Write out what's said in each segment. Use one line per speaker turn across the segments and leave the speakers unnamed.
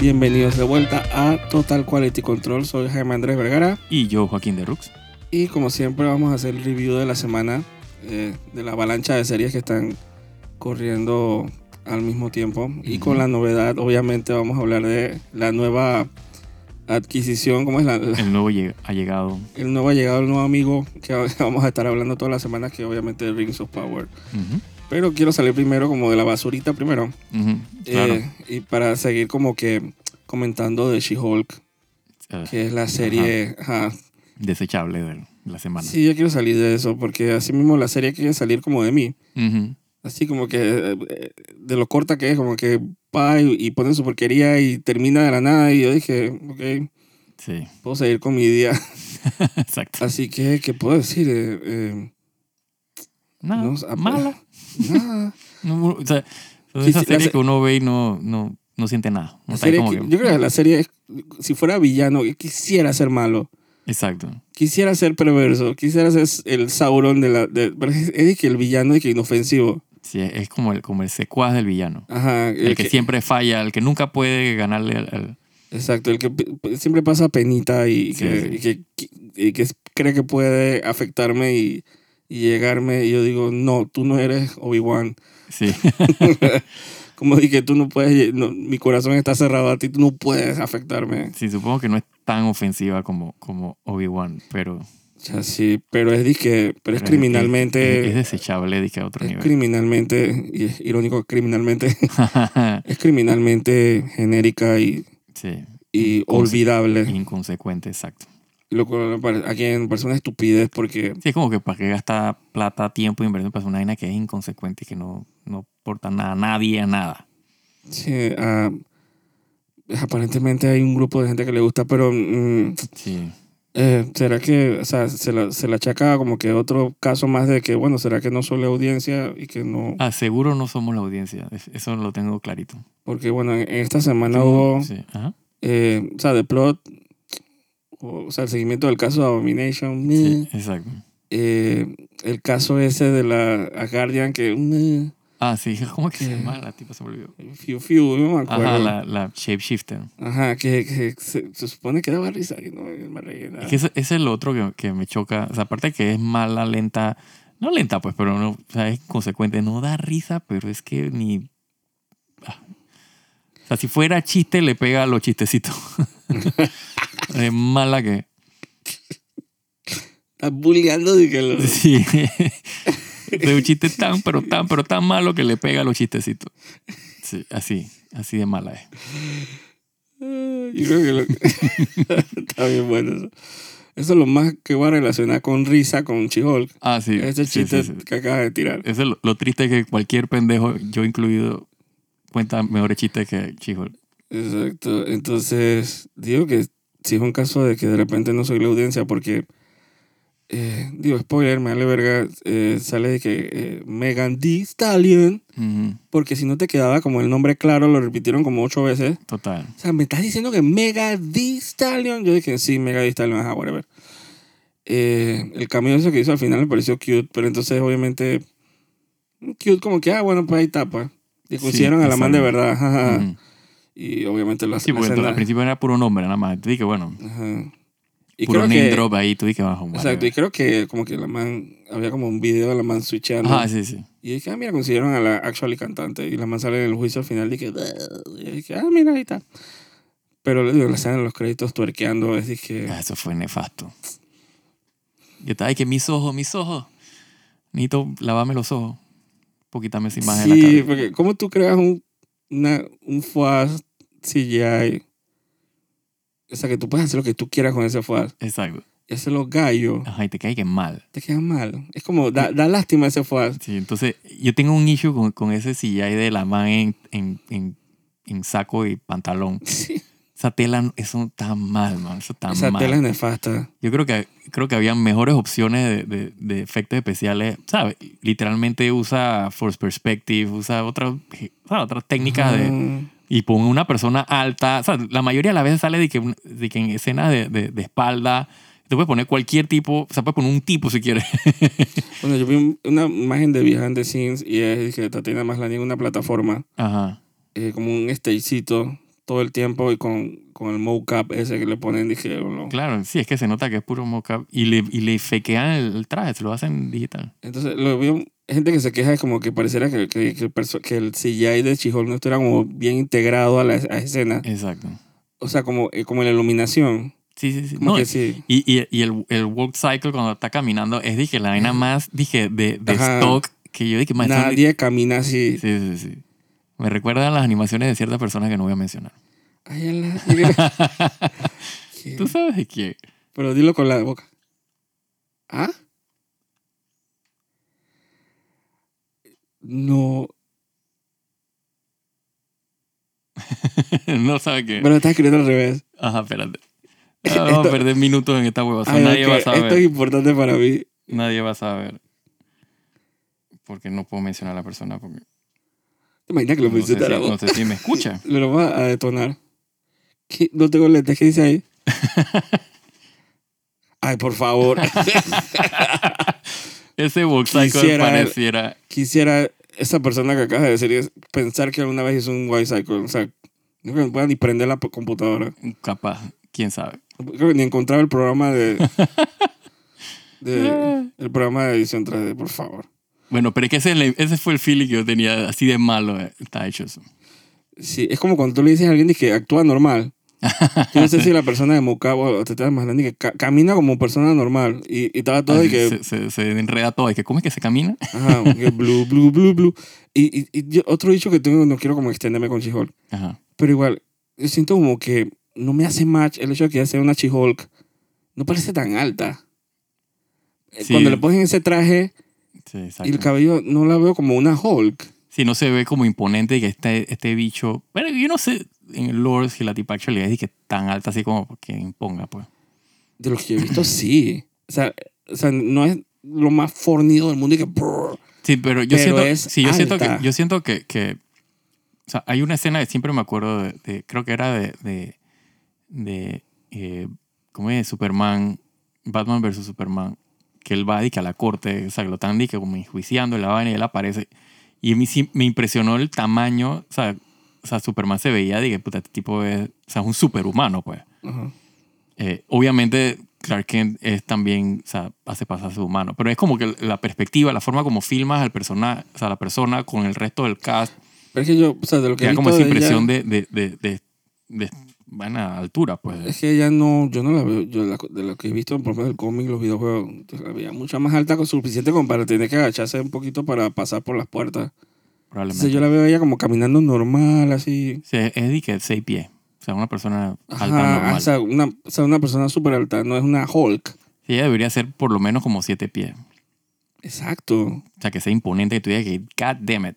Bienvenidos de vuelta a Total Quality Control. Soy Jaime Andrés Vergara
Y yo, Joaquín de Rux.
y como siempre vamos a hacer el review de la semana eh, de la avalancha de series que están corriendo al mismo tiempo y con la novedad obviamente vamos a hablar de la nueva adquisición, ¿cómo es la, la-
El nuevo lleg- ha llegado.
el nuevo llegado, el nuevo amigo que vamos a estar hablando todas las semanas que obviamente es Rings of Power.
Ujú,
Pero quiero salir primero como de la basurita primero.
ujú, Claro.
Eh, y para seguir como que comentando de She-Hulk,
Eh,
que es la serie... ajá.
desechable de la semana.
Sí, yo quiero salir de eso, porque así mismo la serie quiere salir como de mí.
Ujú,
Así como que eh, de lo corta que es, como que va y, y ponen su porquería y termina de la nada. Y yo dije, ok,
sí,
puedo seguir con mi día.
exacto.
Así que, ¿qué puedo decir? Eh, eh,
Nada,
no, ah,
mala.
nada.
No, o sea, son
Sí,
esas
sí, la
series
se-
que uno ve y no, no, no siente nada.
La
O sea,
serie
como
que-
que-
yo creo que la serie, es- si fuera villano, yo quisiera ser malo.
Exacto.
Quisiera ser perverso, quisiera ser el Sauron de la... De, pero es es que el villano es que inofensivo.
Sí, es es como el, como el secuaz del villano.
Ajá.
El que siempre falla, el que nunca puede ganarle al- al,
Exacto, el que pe- pe- siempre pasa penita y
Sí,
que,
sí.
y que- y que cree que puede afectarme y, y llegarme. Y yo digo, no, tú no eres Obi-Wan.
Sí,
Como dije, tú no puedes... lle- no, mi corazón está cerrado a ti, tú no puedes afectarme.
sí, supongo que no es tan ofensiva como, como Obi-Wan, pero,
O sea, sí, pero es, disque, pero es
pero
criminalmente...
Es, es desechable, dije, a otro
es
nivel.
criminalmente, y es irónico, criminalmente... es criminalmente genérica y,
sí,
y
Como si-
olvidable.
inconsecuente, exacto.
Lo cual me pare- aquí en persona estupidez porque
Sí, es como que para qué gastar plata, tiempo, inversión para hacer una vaina que es inconsecuente y que no, no aporta nada, a nadie, a nada.
sí, ah, aparentemente hay un grupo de gente que le gusta, pero mm,
Sí,
eh, ¿será que o sea, se, la, se la achaca como que otro caso más de que, bueno, ¿será que no solo audiencia y que no?
Ah, seguro no somos la audiencia, es- eso lo tengo clarito.
Porque, bueno, en, en esta semana hubo,
Sí, ajá.
eh, o sea, de plot, o, o sea, el seguimiento del caso de Abomination. meh.
Sí, exacto.
Eh, el caso ese de la a Guardian que... meh.
Ah, sí, ¿cómo es que se
Eh,
llama? La tipa se me olvidó.
Fiu Fiu, yo no me acuerdo.
Ajá,
Ajá,
la, la shapeshifter.
que, que se, se supone que daba risa y no me reí de nada.
Es que ese, ese es el otro que, que me choca. O sea, aparte de que es mala, lenta. No lenta, pues, pero no, o sea, es consecuente. No da risa, pero es que ni. ah. O sea, si fuera chiste, le pega a los chistecitos. es mala que.
Está bulleando de que lo...
Sí. Es un chiste tan, pero tan, pero tan malo que le pega a los chistecitos. Sí, así, así de mala es.
Ah, Yo creo que lo- Está bien bueno eso. Eso es lo más que voy a relacionar con risa con She-Hulk.
Ah, sí.
Ese
sí,
chiste
sí, sí.
que acabas de tirar.
Eso es lo, lo triste que cualquier pendejo, yo incluido, cuenta mejores chistes que Chihol.
Exacto. Entonces, digo que si es un caso de que de repente no soy la audiencia porque... eh, digo, spoiler, me vale verga. eh, sale de que eh, Megan D. Stallion... Porque si no te quedaba como el nombre claro, lo repitieron como ocho veces.
Total.
O sea, me estás diciendo que Mega D. Stallion. Yo dije, sí, Mega D. Stallion, ajá, whatever. Eh, el cameo ese que hizo al final me pareció cute, pero entonces, obviamente, cute como que, ah, bueno, pues ahí está, pues. Y
Sí,
pusieron a la man de
exacto.
verdad, ajá.
Ujú.
Y obviamente lo
Sí,
hacen.
porque
hacen
entonces,
Ah, la-
al principio era puro nombre, nada más. Tú dije, bueno,
ajá. Y
puro
creo
name
que,
drop ahí, tú dije, bajo.
exacto, y creo que como que la man, había como un video de la man switchando.
Ah, sí, sí.
Y dije, ah, mira, consiguieron a la actual cantante. Y la man sale en el juicio al final. Dije, "Bah". y dije ah, mira, ahí está. Pero le digo, la escena de los créditos tuerqueando. Es dije,
Ah, eso fue nefasto. Yo estaba, ay, que mis ojos, mis ojos. Necesito lavarme los ojos. Un quitarme esa imagen de la
sí,
cara.
porque ¿cómo tú creas un, una, un FUAS CGI? O sea, que tú puedes hacer lo que tú quieras con ese FUAS.
Exacto.
Y hacerlo gallo.
Ajá, y te cae que mal.
Te queda mal. Es como, da, da lástima ese FUAS.
Sí, entonces yo tengo un issue con, con ese CGI de la man en, en, en, en saco y pantalón.
Sí.
Esa tela, eso está mal, man. Eso está
Esa
mal.
tela es nefasta.
Yo creo que, creo que había mejores opciones de, de- de efectos especiales, ¿sabes? Literalmente usa Force Perspective, usa otras otras técnicas de...
Ajá.
Y pone una persona alta. O sea, la mayoría de las veces sale de que, un- de que en escenas de, de, de espalda... Te puedes poner cualquier tipo, o sea, puedes poner un tipo si quieres.
Bueno, yo vi un- una imagen de Behind the Scenes y es que Tatiana Maslany en una plataforma.
Ajá.
eh, como un stagecito todo el tiempo y con, con el mocap ese que le ponen, dije, bueno.
Claro, sí, es que se nota que es puro mocap y le, y le fakean el, el traje, se lo hacen digital.
Entonces, lo veo, gente que se queja como que pareciera que, que, que el, perso- que el CGI de Chihol no estuviera como bien integrado a la a escena.
Exacto.
O sea, como, eh, como en la iluminación.
Sí, sí, sí.
Como
No, eh,
que sí.
Y, y, y el, el walk cycle cuando está caminando es, dije, la vaina más, dije, de, de
Ajá.
stock que yo dije, más
Nadie camina así.
Sí, sí, sí. Me recuerda a las animaciones de ciertas personas que no voy a mencionar.
Ay, a la- Sí.
Tú sabes de qué.
Pero dilo con la boca. ¿Ah? No.
no sabes qué.
Pero estás escribiendo al revés.
Ajá, espérate. Ah, vamos a
Esto-
perder minutos en esta huevazón.
Ay,
Nadie
ok,
va a saber.
Esto es importante para mí.
Nadie va a saber. Porque no puedo mencionar a la persona porque
¿Te imaginas que lo
no sé, si,
pusiste a la
no
boca?
sé si me escucha.
Lo vas a detonar. ¿Qué? No tengo lentes. ¿Qué dice ahí? Ay, por favor.
Ese box cycle
Quisiera-
pareciera.
Quisiera esa persona que acabas de decir es pensar que alguna vez hizo un white cycle. O sea, no creo que pueda ni prender la p- computadora.
Capaz, quién sabe.
Creo que ni encontraba el programa de. de- el programa de edición 3D, por favor.
Bueno, pero es que ese, ese fue el feeling que yo tenía, así de malo eh, está hecho eso.
Sí, es como cuando tú le dices a alguien de que actúa normal. Yo no sé si la persona de Mocabo o te estás más grande que ca- camina como persona normal. Y, y estaba todo de
Así
que.
se, se, se enreda todo. Es que, ¿cómo es que se camina?
Ajá, que blue, blue, blue, blue. Y, y- y yo- otro dicho que tengo, no quiero como extenderme con She-Hulk.
Ajá.
Pero igual, yo siento como que no me hace match el hecho de que ella sea una She-Hulk. No parece tan alta. Eh,
Sí.
Cuando le ponen ese traje
Sí,
y el
exacto.
cabello, no la veo como una Hulk.
Si no se ve como imponente que este, este bicho. Pero yo no sé en el lore si la tipa actualidad es de que tan alta así como que imponga, pues.
De los que yo he visto, sí. O sea, o sea, no es lo más fornido del mundo y que... brrr.
Sí, pero yo
Pero
siento,
es
sí, yo siento que,
alta.
yo siento que, que- o sea, hay una escena que siempre me acuerdo de, de- creo que era de, de, de, eh, ¿cómo es? Superman, Batman versus Superman, que él va y que a la corte, o sea, que lo están y que como enjuiciando y la vaina y él aparece. Y a mí sí me impresionó el tamaño, o sea, o sea, Superman se veía de que, puta, este tipo es, o sea, es un superhumano, pues.
Ajá.
Eh, obviamente Clark Kent es también, o sea, hace pasar su humano, pero es como que la perspectiva, la forma como filmas al persona, o sea, la persona con el resto del cast,
Pero es que yo, o sea, de lo que...
te
he
da
visto
como esa
de ella,
impresión de, de, de, de, de- buena altura, pues.
Es que ella no, yo no la veo, yo la- de lo que he visto, por lo menos el cómic, los videojuegos, yo la veía mucha más alta, con suficiente como para tener que agacharse un poquito para pasar por las puertas.
Probablemente.
Entonces yo la veo a ella como caminando normal, así.
Sí, es de que seis pies, o sea, una persona alta
Ajá,
normal.
o sea, una, o sea, una persona súper alta, no es una Hulk.
Sí, ella debería ser por lo menos como siete pies,
Exacto.
o sea, que sea imponente, que tú digas que, god damn it,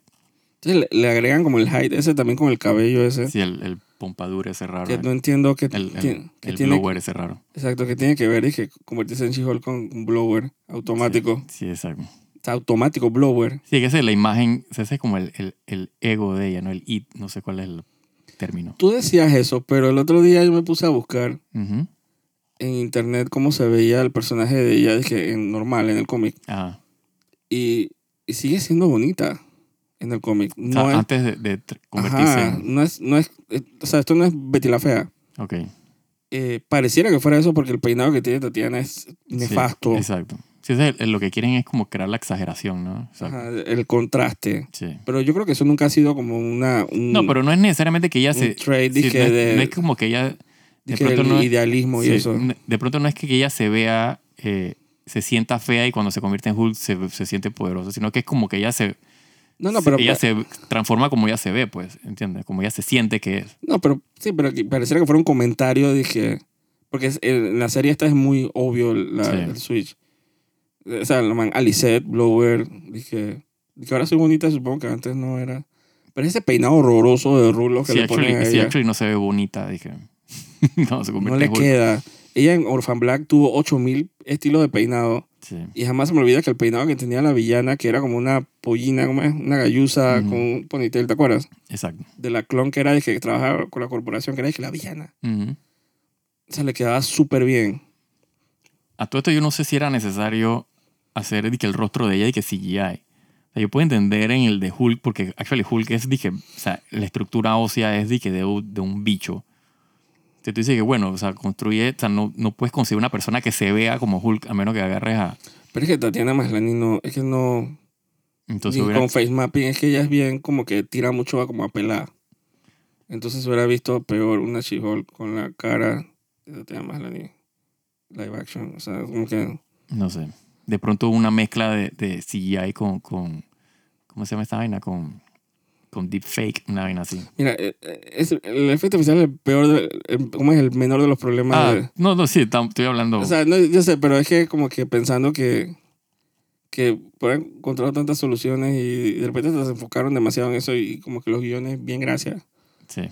Entonces le, le agregan como el height ese también con el cabello ese.
si el, el pompadour ese raro,
Que
el,
no entiendo que,
el,
que- que
el
tiene,
blower ese raro.
exacto, que tiene que ver y que convertirse en She-Hulk con un blower automático.
Sí, exacto.
O sea, Automático blower.
Sí, que esa es la imagen, o sea, ese es como el, el, el ego de ella, ¿no? El it, no sé cuál es el término.
Tú decías eso, pero el otro día yo me puse a buscar
Ujú.
en internet cómo se veía el personaje de ella dije, en normal, en el cómic.
Ajá.
Y, y sigue siendo bonita en el cómic.
O sea,
No es,
antes de, de tr- convertirse
ajá,
en...
no es, no es, eh, o sea, esto no es Betty la Fea.
Ok.
Eh, pareciera que fuera eso porque el peinado que tiene Tatiana es
Sí,
nefasto.
exacto. Sí, ese es el- lo que quieren es como crear la exageración, ¿no? Exacto.
Ajá, el contraste.
Sí.
Pero yo creo que eso nunca ha sido como una... Un,
No, pero no es necesariamente que ella
Mm. un
se...
trade
sí,
dije,
no, es,
de-
no es como que ella... De
dije
pronto
del
no es...
idealismo y
sí, mm,
eso.
n- de pronto no es que ella se vea... eh, se sienta fea y cuando se convierte en Hulk se, se siente poderosa, sino que es como que ella se,
No, no, pero...
ella se transforma como ella se ve, pues, ¿entiendes? Como ella se siente que es.
No, pero sí, pero que pareciera que fuera un comentario, dije. Porque es- en la serie esta es muy obvio la-
Sí.
el switch. O sea, la man, Alicet, Blower, dije. Que ahora soy bonita, supongo que antes no era. Pero ese peinado horroroso de rulos que
Si
le ponen
actually,
a
sí,
ella.
actually no se ve bonita, dije. no, se
no
convierte
le
en Hulk.
queda. Ella en Orphan Black tuvo 8000 estilos de peinado.
Sí.
Y jamás se me olvida que el peinado que tenía la villana, que era como una pollina, como es, una galluza
Ujú.
con un ponytail, ¿te acuerdas?
Exacto.
De la clon que era, dije, que trabajaba con la corporación, que era, dije, la villana.
Ujú.
O sea, le quedaba súper bien.
A todo esto yo no sé si era necesario hacer de que el rostro de ella y que CGI. O sea, yo puedo entender en el de Hulk, porque actually Hulk es, dije, o sea, la estructura ósea es, dije, de, un- de un bicho. Entonces tú dices que, bueno, o sea, construye, o sea, no, no puedes conseguir una persona que se vea como Hulk a menos que agarres a...
Pero es que Tatiana Maslany no, es que no,
Entonces
ni
hubiera-
con face mapping, es que ella es bien como que tira mucho a como a pelada. Entonces hubiera visto peor una She-Hulk con la cara de Tatiana Maslany live action, o sea, como que
no sé, de pronto una mezcla de, de CGI con, con, ¿cómo se llama esta vaina? Con, con deepfake, una vaina así.
mira, eh, eh, es, el efecto especial es el peor de- el- ¿cómo es el menor de los problemas
Ah,
de-
no, no, sí, tam- estoy hablando...
O sea, no, yo sé, pero es que como que pensando que, que pueden encontrar tantas soluciones y de repente se enfocaron demasiado en eso y como que los guiones, bien gracias.
sí.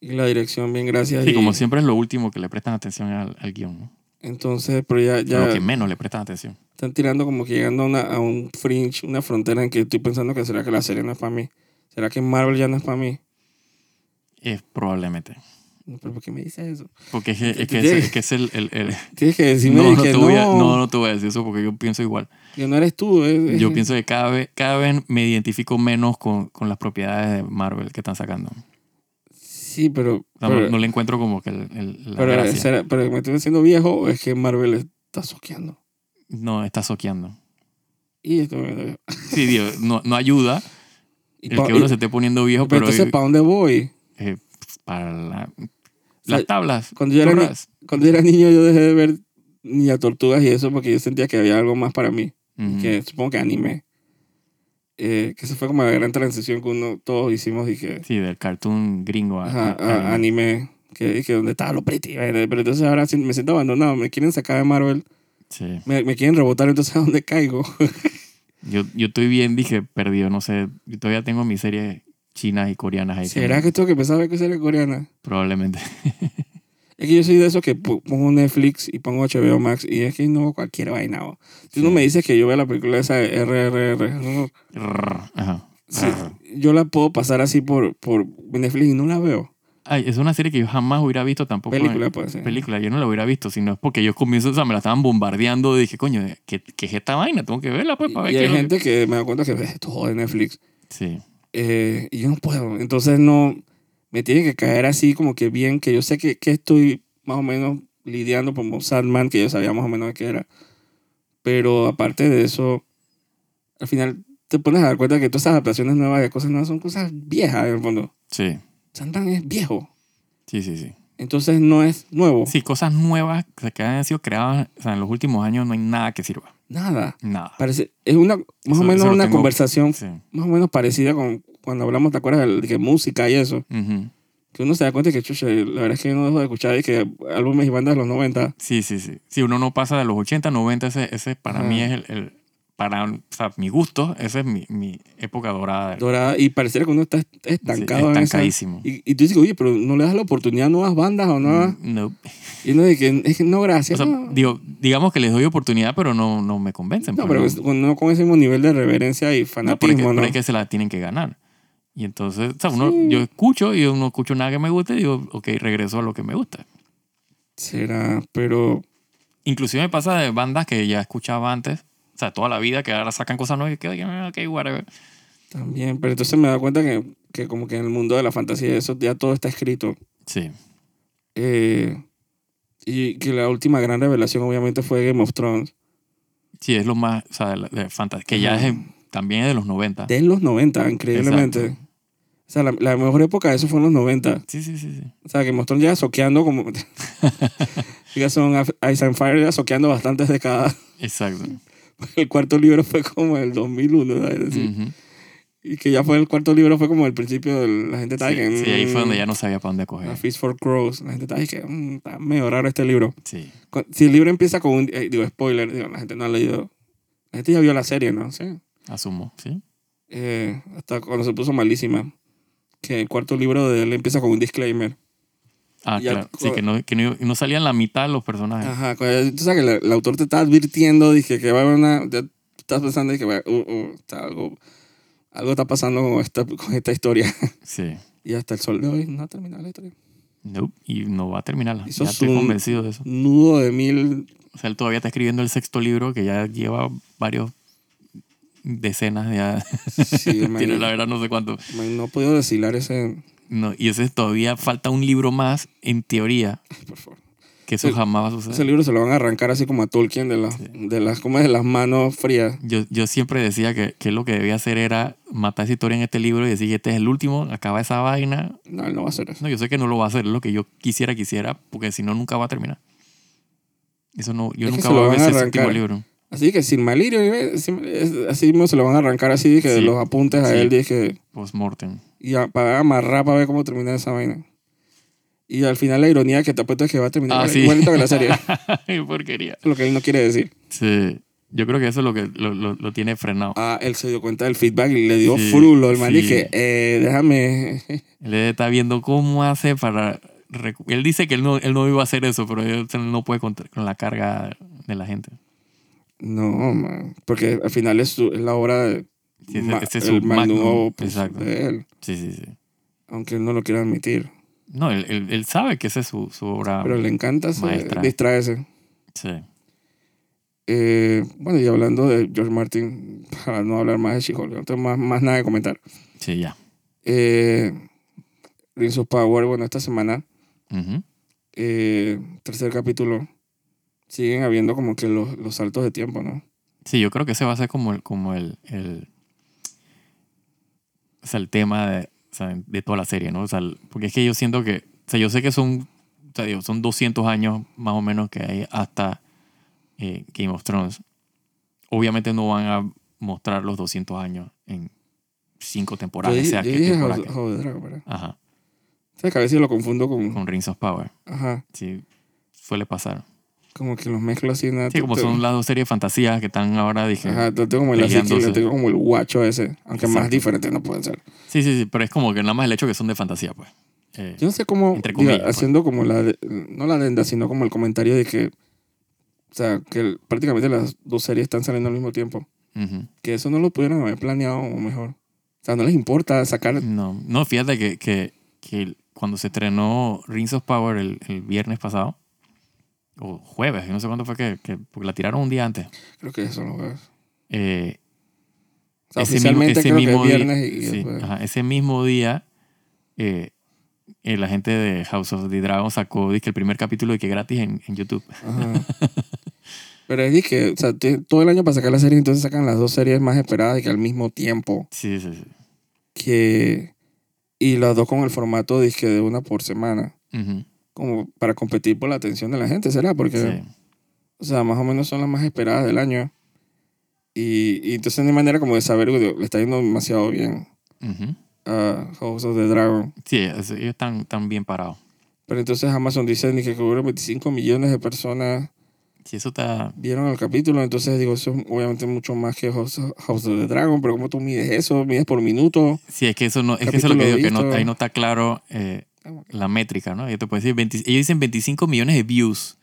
Y la dirección, bien gracias.
Sí,
y
como siempre es lo último que le prestan atención al, al guión, ¿no?
Entonces, pero ya, ya
Lo que menos le prestan atención.
están tirando como que llegando a, una- a un fringe, una frontera en que estoy pensando que será que la serie no es para mí. ¿Será que Marvel ya no es para mí?
Es probablemente.
¿Pero por qué me dices eso?
Porque es, que- es que,
Sí.
es, es que es el... el- el-
Tienes que decirme
no, no,
que
te
no,
voy a, no, no te voy a decir eso porque yo pienso igual.
que no eres tú. eh, eh.
Yo pienso que cada vez, cada vez me identifico menos con, con las propiedades de Marvel que están sacando.
Sí, pero...
O sea, no-
pero-
no le encuentro como que el, el- la
pero,
gracia.
¿será- pero me estoy haciendo viejo o es que Marvel está soqueando.
No, está soqueando.
Y esto me-
Sí, Dios, no, no ayuda
y
el
pa-
que uno
y-
se esté poniendo viejo,
pero
pero,
entonces, ¿para dónde voy?
eh, para la-
sea,
las tablas.
Cuando yo, era ni-
turras.
cuando yo era niño, yo dejé de ver ni a tortugas y eso porque yo sentía que había algo más para mí,
Ujú.
que supongo que anime. Eh, que eso fue como la gran transición que uno, todos hicimos y que
Sí, del cartoon gringo. a-
ajá,
a-
a-
Ah, anime.
anime, que, y que donde estaba lo pretty, ¿verdad? pero entonces ahora sí me siento abandonado, me quieren sacar de Marvel,
Sí.
me, me quieren rebotar, entonces ¿a dónde caigo?
Yo, yo estoy bien, dije, perdido, no sé. Yo todavía tengo mis series chinas y coreanas ahí.
¿Será que tengo que empezar a ver que serie coreana?
Probablemente.
Es que yo soy de esos que po- pongo Netflix y pongo HBO Max y es que no veo cualquier vaina. o. Si uno
Sí.
me dice que yo veo la película esa de RRR,
Rrr, Ajá.
sí,
Rrr.
yo la puedo pasar así por, por Netflix y no la veo.
Ay, es una serie que yo jamás hubiera visto tampoco. en-
película, pues. sí.
película, yo no la hubiera visto, sino es porque yo comienzo, o sea, me la estaban bombardeando. Dije, coño, ¿qué, qué es esta vaina? Tengo que verla, pues,
Y,
para ver
y
qué
hay
es lo que-
gente que me da cuenta que ve esto jode Netflix.
Sí.
Eh, y yo no puedo. Entonces no. Me tiene que caer así como que bien, que yo sé que, que estoy más o menos lidiando como Sandman, que yo sabía más o menos de qué era. Pero aparte de eso, al final te pones a dar cuenta que todas esas adaptaciones nuevas de cosas nuevas son cosas viejas en el fondo.
Sí.
Sandman es viejo.
Sí, sí, sí.
Entonces no es nuevo.
Sí, cosas nuevas que que han sido creadas o sea, en los últimos años no hay nada que sirva.
Nada.
Nada.
Parece, es una, más
Eso-
o menos
eso lo
una
tengo-
conversación
Sí.
más o menos parecida con cuando hablamos, ¿te acuerdas? De, que música y eso.
Ujú.
Que uno se da cuenta que, chucha, la verdad es que yo no dejo de escuchar y que álbumes y bandas de los 90.
sí, sí, sí. Si uno no pasa de los 80, 90, ese, ese para
Ajá.
mí es el, el- para o sea, mi gusto, esa es mi, mi época dorada. del-
Dorada, y pareciera que uno está est-
sí,
estancado en esa.
estancadísimo.
Y, y tú dices, oye, pero no le das la oportunidad a nuevas bandas o nuevas.
Mm, no.
Y uno dice, que, es que no,
O
gracias.
sea,
no.
digo, digamos que les doy oportunidad, pero no, no me convencen.
No,
pues,
pero es- no con ese mismo nivel de reverencia y
No, pero es que,
fanatismo, ¿no?
pero es que se la tienen que ganar. Y entonces, o sea, uno,
Sí.
yo escucho y yo no escucho nada que me guste y digo, ok, regreso a lo que me gusta.
Será, pero
Inclusive me pasa de bandas que ya escuchaba antes, o sea, toda la vida, que ahora sacan cosas nuevas y que, oye, ok, whatever.
también. Pero entonces me da cuenta que, que como que en el mundo de la fantasía eso ya todo está escrito.
Sí,
Eh, y que la última gran revelación obviamente fue Game of Thrones.
sí, es lo más, o sea, de, la- de fantasía, que ya
Ajá.
es también es de los 90.
De los 90, increíblemente.
Exacto.
O sea, la, la mejor época de eso fue en los 90.
Sí, sí, sí, sí.
O sea, Game of Thrones ya soqueando como... ya son Af- Ice and Fire ya soqueando bastantes décadas.
Exacto.
El cuarto libro fue como el 2001, ¿sabes? Así.
Ujú.
Y que ya fue el cuarto libro, fue como el principio de la gente estaba
sí,
que...
sí, ahí fue donde ya
mm,
no sabía para dónde
A
coger.
Feast for Crows. La gente estaba que... mm, está medio raro este libro.
Sí.
Cu- Si el libro empieza con un... eh, digo, spoiler. digo, la gente no ha leído... La gente ya vio la serie, ¿no? Sí.
Asumo, ¿sí?
eh, hasta cuando se puso malísima. Que el cuarto libro de él empieza con un disclaimer.
Ah,
Ya-
claro. Sí, que no, que no, no salían la mitad de los personajes.
Ajá, cuando- tú sabes que el, el autor te está advirtiendo, dije que va a haber una. ya estás pensando que va, uh, uh, está algo, algo está pasando con esta, con esta historia.
Sí.
Y hasta el sol de hoy no ha terminado la historia.
Nope, y no va a terminarla.
Hizo
ya estoy
su-
convencido de eso.
Nudo de mil.
O sea, él todavía está escribiendo el sexto libro que ya lleva varios decenas ya.
Sí, man,
Tiene la verdad no sé cuánto.
man, no he podido deshilar ese.
No, y ese todavía falta un libro más, en teoría,
Ay, por favor.
que eso
Sí.
jamás va a suceder.
Ese libro se lo van a arrancar así como a Tolkien de las,
Ah. Sí.
de las, como de las manos frías.
Yo, yo siempre decía que, que lo que debía hacer era matar esa historia en este libro y decir, este es el último, acaba esa vaina.
No, él no va a hacer eso.
No, yo sé que no lo va a hacer, es lo que yo quisiera, quisiera, porque si no, nunca va a terminar. Eso no, yo
Es que
nunca
se lo
voy a ver
van a
ese séptimo
arrancar.
libro.
Así que sin malirio, eh, sin- es- así mismo se lo van a arrancar así, dije, de
Sí.
los apuntes a
Sí.
él, dije,
Postmortem.
y a- para amarrar para ver cómo termina esa vaina. Y al final la ironía que te apuesto es que va a terminar
Ah,
igual-
sí.
igualito que la serie,
Qué porquería.
lo que él no quiere decir.
Sí. Yo creo que eso es lo que lo, lo- lo tiene frenado.
Ah, él se dio cuenta del feedback y le dio
Sí,
frulo, el man,
sí.
dije, eh, déjame,
Él está viendo cómo hace para... recu- Él dice que él no, él no iba a hacer eso, pero él no puede contar con la carga de la gente.
no, man, porque al final es, su- es la obra de,
Sí, ese-
ma-
ese es su
el magnum
magnum,
opus eh.
exacto.
de él,
Sí, sí, sí.
aunque él no lo quiera admitir,
No, él, él- él sabe que esa es su, su obra.
pero le encanta se-
Ah, maestra.
distraerse.
Sí.
Eh, bueno, y hablando de George Martin, para no hablar más de She-Hulk, no tengo más, más nada que comentar.
Sí, ya.
Eh, Rings of Power, bueno, esta semana,
Ujú.
eh, tercer capítulo, siguen habiendo como que los, los saltos de tiempo, ¿no?
Sí, yo creo que ese va a ser como el, como el, el- o sea, el tema de, o sea, de toda la serie, ¿no? O sea, el- porque es que yo siento que, o sea, yo sé que son, o sea, digo, son 200 años más o menos que hay hasta eh, Game of Thrones. Obviamente no van a mostrar los 200 años en cinco temporadas,
yo, di-
sea
yo
que
dije
temporada
House,
que-
House of Dragon, ¿verdad?
Ajá,
¿Sabes que a veces lo confundo con...
con Rings of Power.
Ajá,
Sí, suele pasar.
como que los mezclo así, nada.
Sí, como
te-
son las dos series de fantasía que están ahora, dije.
Ah, Ajá, lo tengo como el
Peleándose.
así, lo tengo como el guacho ese, aunque más
Exacto.
diferentes no pueden ser.
Sí, sí, sí, pero es como que nada más el hecho que son de fantasía, pues. Eh,
Yo no sé cómo,
Entre
diga,
comillas, pues.
haciendo como la, de- no la adenda, sino como el comentario de que, o sea, que el- prácticamente las dos series están saliendo al mismo tiempo.
ujú.
Que eso no lo pudieron haber planeado mejor. O sea, no les importa sacar...
No, no, fíjate que, que, que cuando se estrenó Rings of Power el, el viernes pasado, o jueves, yo no sé cuándo fue que, que- porque la tiraron un día antes.
Creo que eso no fue. O
Eh,
sea,
ese
oficialmente creo que es
día-
viernes y, y
sí,
después-
ajá, ese mismo día, eh, eh, la gente de House of the Dragon sacó dizque, el primer capítulo de que gratis en, en YouTube.
Ajá. Pero es que, o sea, tienen todo el año para sacar la serie, entonces sacan las dos series más esperadas y que al mismo tiempo
Sí, sí, sí.
que... Y las dos con el formato disque de una por semana.
Ujú,
Como para competir por la atención de la gente, ¿será? Porque...
sí.
O sea, más o menos son las más esperadas del año. Y, y entonces no hay manera como de saber, güey, le está yendo demasiado bien
Ujú.
a House of the Dragon.
Sí, es- ellos están, están bien parados.
Pero entonces Amazon dice ni que cubre 25 millones de personas
Sí, eso está...
vieron el capítulo. Entonces digo, eso es obviamente mucho más que House, House of the Dragon. Pero ¿cómo tú mides eso? ¿Mides por minuto?
Sí, es que eso no, es que eso es lo que
Capítulo Ah,
digo, que no,
visto.
ahí no está claro eh, la métrica, ¿no? Yo te puedo decir, 20 ellos dicen 25 millones de views,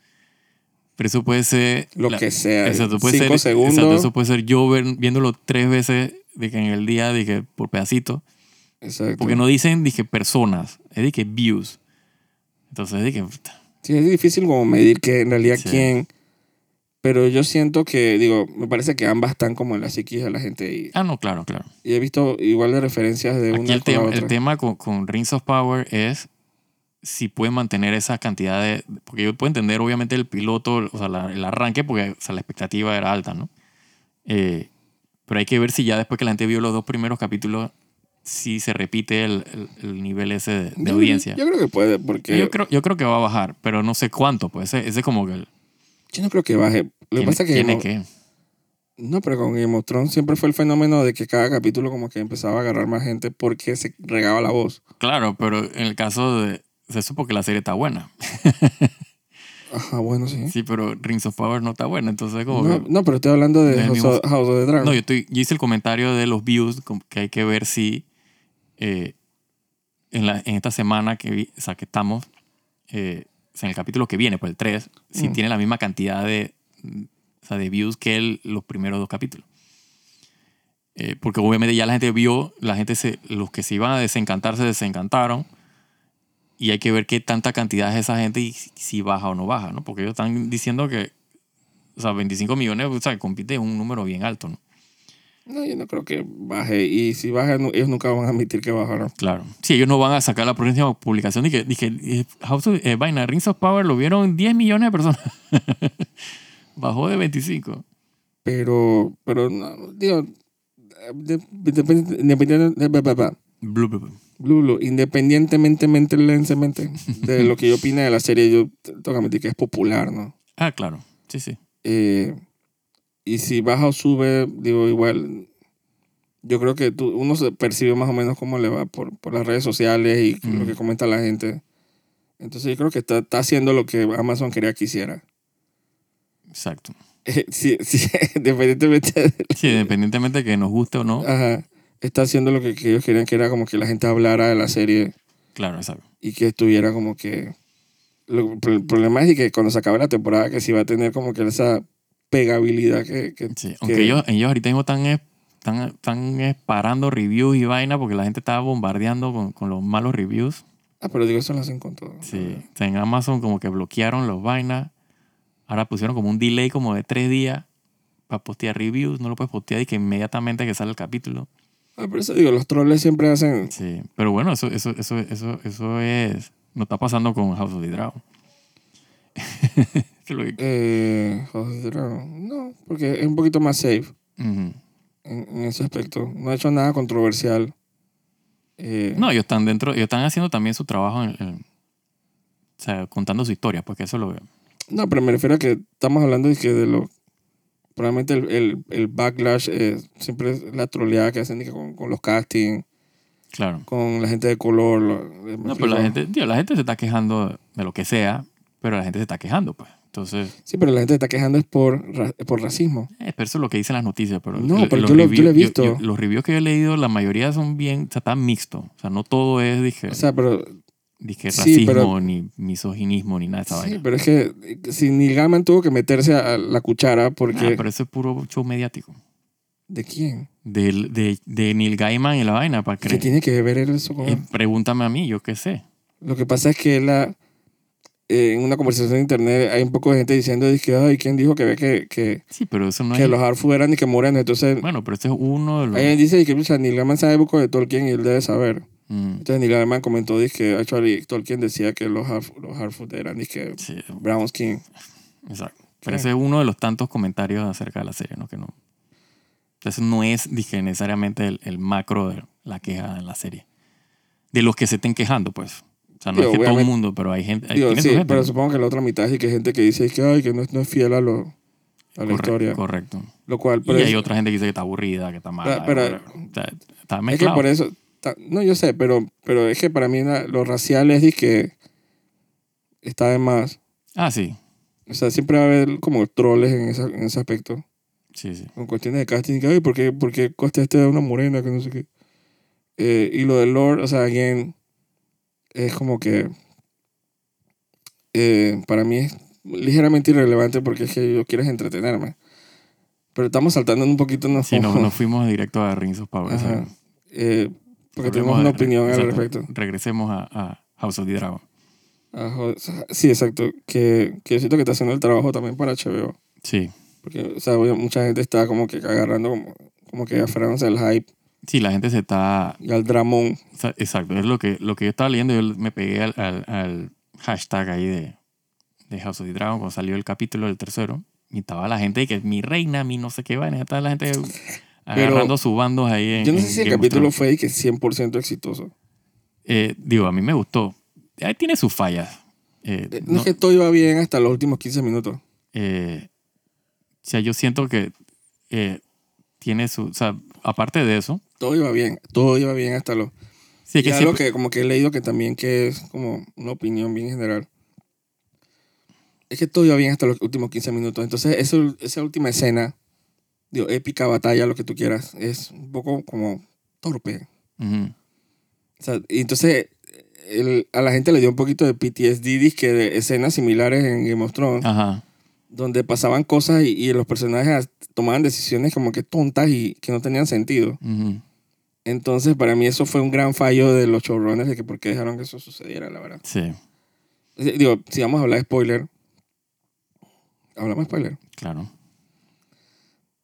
pero eso puede ser...
Lo
la-
que sea.
Exacto, puede
cinco
ser,
segundos.
exacto, eso puede ser yo ver- viéndolo tres veces de que en el día, dije, por pedacito,
Exacto.
porque no dicen, dije, personas, es de que views. Entonces, dije, puta,
Sí, es difícil como medir que en realidad
Sí.
quién. Pero yo siento que, digo, me parece que ambas están como en la psiquis de la gente. Y,
ah, no, claro, claro.
Y he visto igual de referencias de
Aquí
una con la
el, tema,
otra.
el tema con, con Rings of Power es si pueden mantener esa cantidad de... Porque yo puedo entender, obviamente, el piloto, o sea, la- el arranque, porque o sea, la expectativa era alta, ¿no? Eh, pero hay que ver si ya después que la gente vio los dos primeros capítulos, si se repite el, el- el nivel ese de, de
Yo-
audiencia. Yo,
Mm, Yo creo que puede, porque yo,
creo, yo creo que va a bajar, pero no sé cuánto, pues ese, ese es como que... el-
no creo que baje. Lo que
¿Tiene,
pasa es que...
tiene
Game of-
que?
No, pero con Game of Thrones siempre fue el fenómeno de que cada capítulo como que empezaba a agarrar más gente porque se regaba la voz.
Claro, pero en el caso de... Se supo que la serie está buena.
Ajá, bueno, sí.
Sí, pero Rings of Power no está buena, entonces como
no,
que...
no, pero estoy hablando de
No es el
House,
mismo-
of, House of the Dragon.
No, yo, estoy- yo hice el comentario de los views como que hay que ver si eh, en, la, en esta semana que, vi- o sea, que estamos, eh, o sea, en el capítulo que viene, pues el 3, si
Mm.
tiene la misma cantidad de, mm, o sea, de views que el- los primeros dos capítulos. Eh, porque obviamente ya la gente vio, la gente se, los que se iban a desencantar se desencantaron. Y hay que ver qué tanta cantidad es esa gente y si- si baja o no baja, ¿no? Porque ellos están diciendo que, o sea, 25 millones, o sea, compite en un número bien alto, ¿no?
No, yo no creo que baje. Y si baja, no- ellos nunca van a admitir que bajaron.
Claro. Si ellos no van a sacar la próxima publicación, dije, dije eh, House of, eh, vaina, Rings of Power lo vieron 10 millones de personas. Bajó de 25.
Pero, pero no, digo, eh, de- depende- independiente- de- ba- ba- ba-
Blu, blu, blu.
blu, blu, independientemente, mente, lensemente, de lo que yo opine de la serie, yo t- tengo que admitir que es popular, ¿no?
Ah, claro. Sí, sí.
Eh, y si baja o sube, digo, igual, yo creo que tú- uno se percibe más o menos cómo le va por, por las redes sociales y
Ujú.
lo que comenta la gente. Entonces yo creo que está, está haciendo lo que Amazon quería que hiciera.
Exacto.
Eh, sí, sí, independientemente de-
Sí, independientemente de que nos guste o no.
Ajá. Está haciendo lo que, que ellos querían, que era como que la gente hablara de la serie
Claro, exacto.
y que estuviera como que... lo- pero el problema es que cuando se acabe la temporada, que si va a tener como que esa pegabilidad que... que-
Sí, aunque
que-
ellos, ellos ahorita mismo están, es- están, están es parando reviews y vaina porque la gente estaba bombardeando con, con los malos reviews.
Ah, pero digo, eso lo hacen con todo.
Sí. O sea, en Amazon como que bloquearon los vainas. Ahora pusieron como un delay como de tres días para postear reviews. No lo puedes postear y que inmediatamente que sale el capítulo.
Ah, por eso digo, los troles siempre hacen...
Sí. Pero bueno, eso, eso, eso, eso, eso es... No está pasando con House of the Dragon. Que lo que-
Eh, House of the Dragon. No, porque es un poquito más safe
Ujú.
en, en ese aspecto. No ha hecho nada controversial. Eh,
No, ellos están dentro, ellos están haciendo también su trabajo en, en- o sea, contando su historia, porque eso lo veo.
No, pero me refiero a que estamos hablando de que de lo... Probablemente el, el, el backlash eh, siempre es la troleada que hacen de que con, con los castings,
Claro.
con la gente de color. lo- me
No,
explico.
pero la gente, tío, la gente se está quejando de lo que sea, pero la gente se está quejando, pues. Entonces,
Sí, pero la gente está quejando es por, ra- por racismo.
eh, pero eso es lo que dicen las noticias. Pero
No,
el-
pero
los
yo lo- yo lo he visto.
yo- los reviews que yo he leído, la mayoría son bien, o sea, están mixtos. O sea, no todo es, dije,
O sea, pero,
dije
sí,
racismo,
pero-
ni misoginismo, ni nada de esa
sí,
vaina.
pero es que eh, si Neil Gaiman tuvo que meterse a a la cuchara
Nah,
porque...
Ah, pero eso es puro show mediático.
¿De quién?
Del- de, de Neil Gaiman y la vaina, para
¿Qué
creer.
tiene que ver él eso con...?
pregúntame a mí, yo qué sé.
Lo que pasa es que la, eh, en una conversación de internet hay un poco de gente diciendo de que, ay, ¿quién dijo que ve que, que,
Sí, pero eso no
que
es.
los Harfu eran y que morenos? Entonces...
Bueno, pero este es uno de los.
Alguien dice que pucha, Neil Gaiman sabe poco de Tolkien y él debe saber.
Mm,
Entonces Neil Gaiman comentó dice que actually, Tolkien decía que los half, los Harfoot eran dizque,
sí,
brown skin.
exacto. Pero
Sí.
ese es uno de los tantos comentarios acerca de la serie, ¿no? Que no. Entonces no es, dije, necesariamente el, el macro de la queja de la serie. De los que se estén quejando, pues. O sea, no
Digo,
es que todo el
obviamente-
mundo, pero hay gente. hay-
Digo,
tiene su
sí,
gente,
pero
¿no?
supongo que la otra mitad es que hay gente que dice que, ay, que no, es- no es fiel a, lo, a la
Correcto,
historia.
Correcto.
Lo cual,
Y
pero
hay
es,
otra gente que dice que está aburrida, que está mala.
pero-
whatever. O sea, está
es que
mezclado.
por eso, ta- no, yo sé, pero, pero es que para mí na- lo racial es que está de más.
Ah, sí.
O sea, siempre va a haber como troles en, esa- en ese aspecto.
Sí, sí.
con cuestiones de casting, que, ay, ¿por qué, por qué costeaste a una morena? Que no sé qué. Eh, y lo de Lord, o sea, again, es como que eh, para mí es ligeramente irrelevante porque es que yo quiero es entretenerme. Pero estamos saltando un poquito, nos
Sí, no-
fuimos,
nos fuimos directo a Rings of Power.
Ajá.
exacto.
eh, porque tenemos
Volvemos
una
a-
opinión al
exacto.
respecto.
Regresemos a, a House of the Dragon.
Ajá, o sea, sí, exacto. Que, que yo siento que está haciendo el trabajo también para HBO.
Sí.
Porque, o sea, obvio, mucha gente está como que agarrando, como, como que aferrándose al hype
Sí, la gente se está...
y al dramón.
sa- Exacto, es lo que, lo que yo estaba leyendo. Yo me pegué al, al- al hashtag ahí de, de House of the Dragon cuando salió el capítulo del tercero. Y estaba la gente de que mi reina, mi no sé qué vaina. Estaba la gente agarrando sus bandos ahí en
Yo no sé
en
si el
Game of
capítulo
Thrones.
fue y que 100% exitoso.
Eh, digo, a mí me gustó. Ahí tiene sus fallas. Eh,
Eh, No,
no-
es que todo iba bien hasta los últimos 15 minutos.
eh, o sea, yo siento que eh, tiene su... O sea, aparte de eso...
Todo iba bien, todo iba bien hasta los...
Sí,
Y
es que
algo
siempre-
que como que he leído que también que es como una opinión bien general. Es que todo iba bien hasta los últimos 15 minutos. Entonces eso, esa última escena, digo, épica batalla, lo que tú quieras, es un poco como torpe.
Ujú.
O sea, y entonces el- a la gente le dio un poquito de PTSD, disque de escenas similares en Game of Thrones.
Ajá.
donde pasaban cosas y, y los personajes as- tomaban decisiones como que tontas y que no tenían sentido.
Ujú.
Entonces, para mí eso fue un gran fallo de los showrunners de que por qué dejaron que eso sucediera, la verdad.
Sí,
Es decir, Digo, si vamos a hablar de spoiler, hablamos de spoiler.
claro.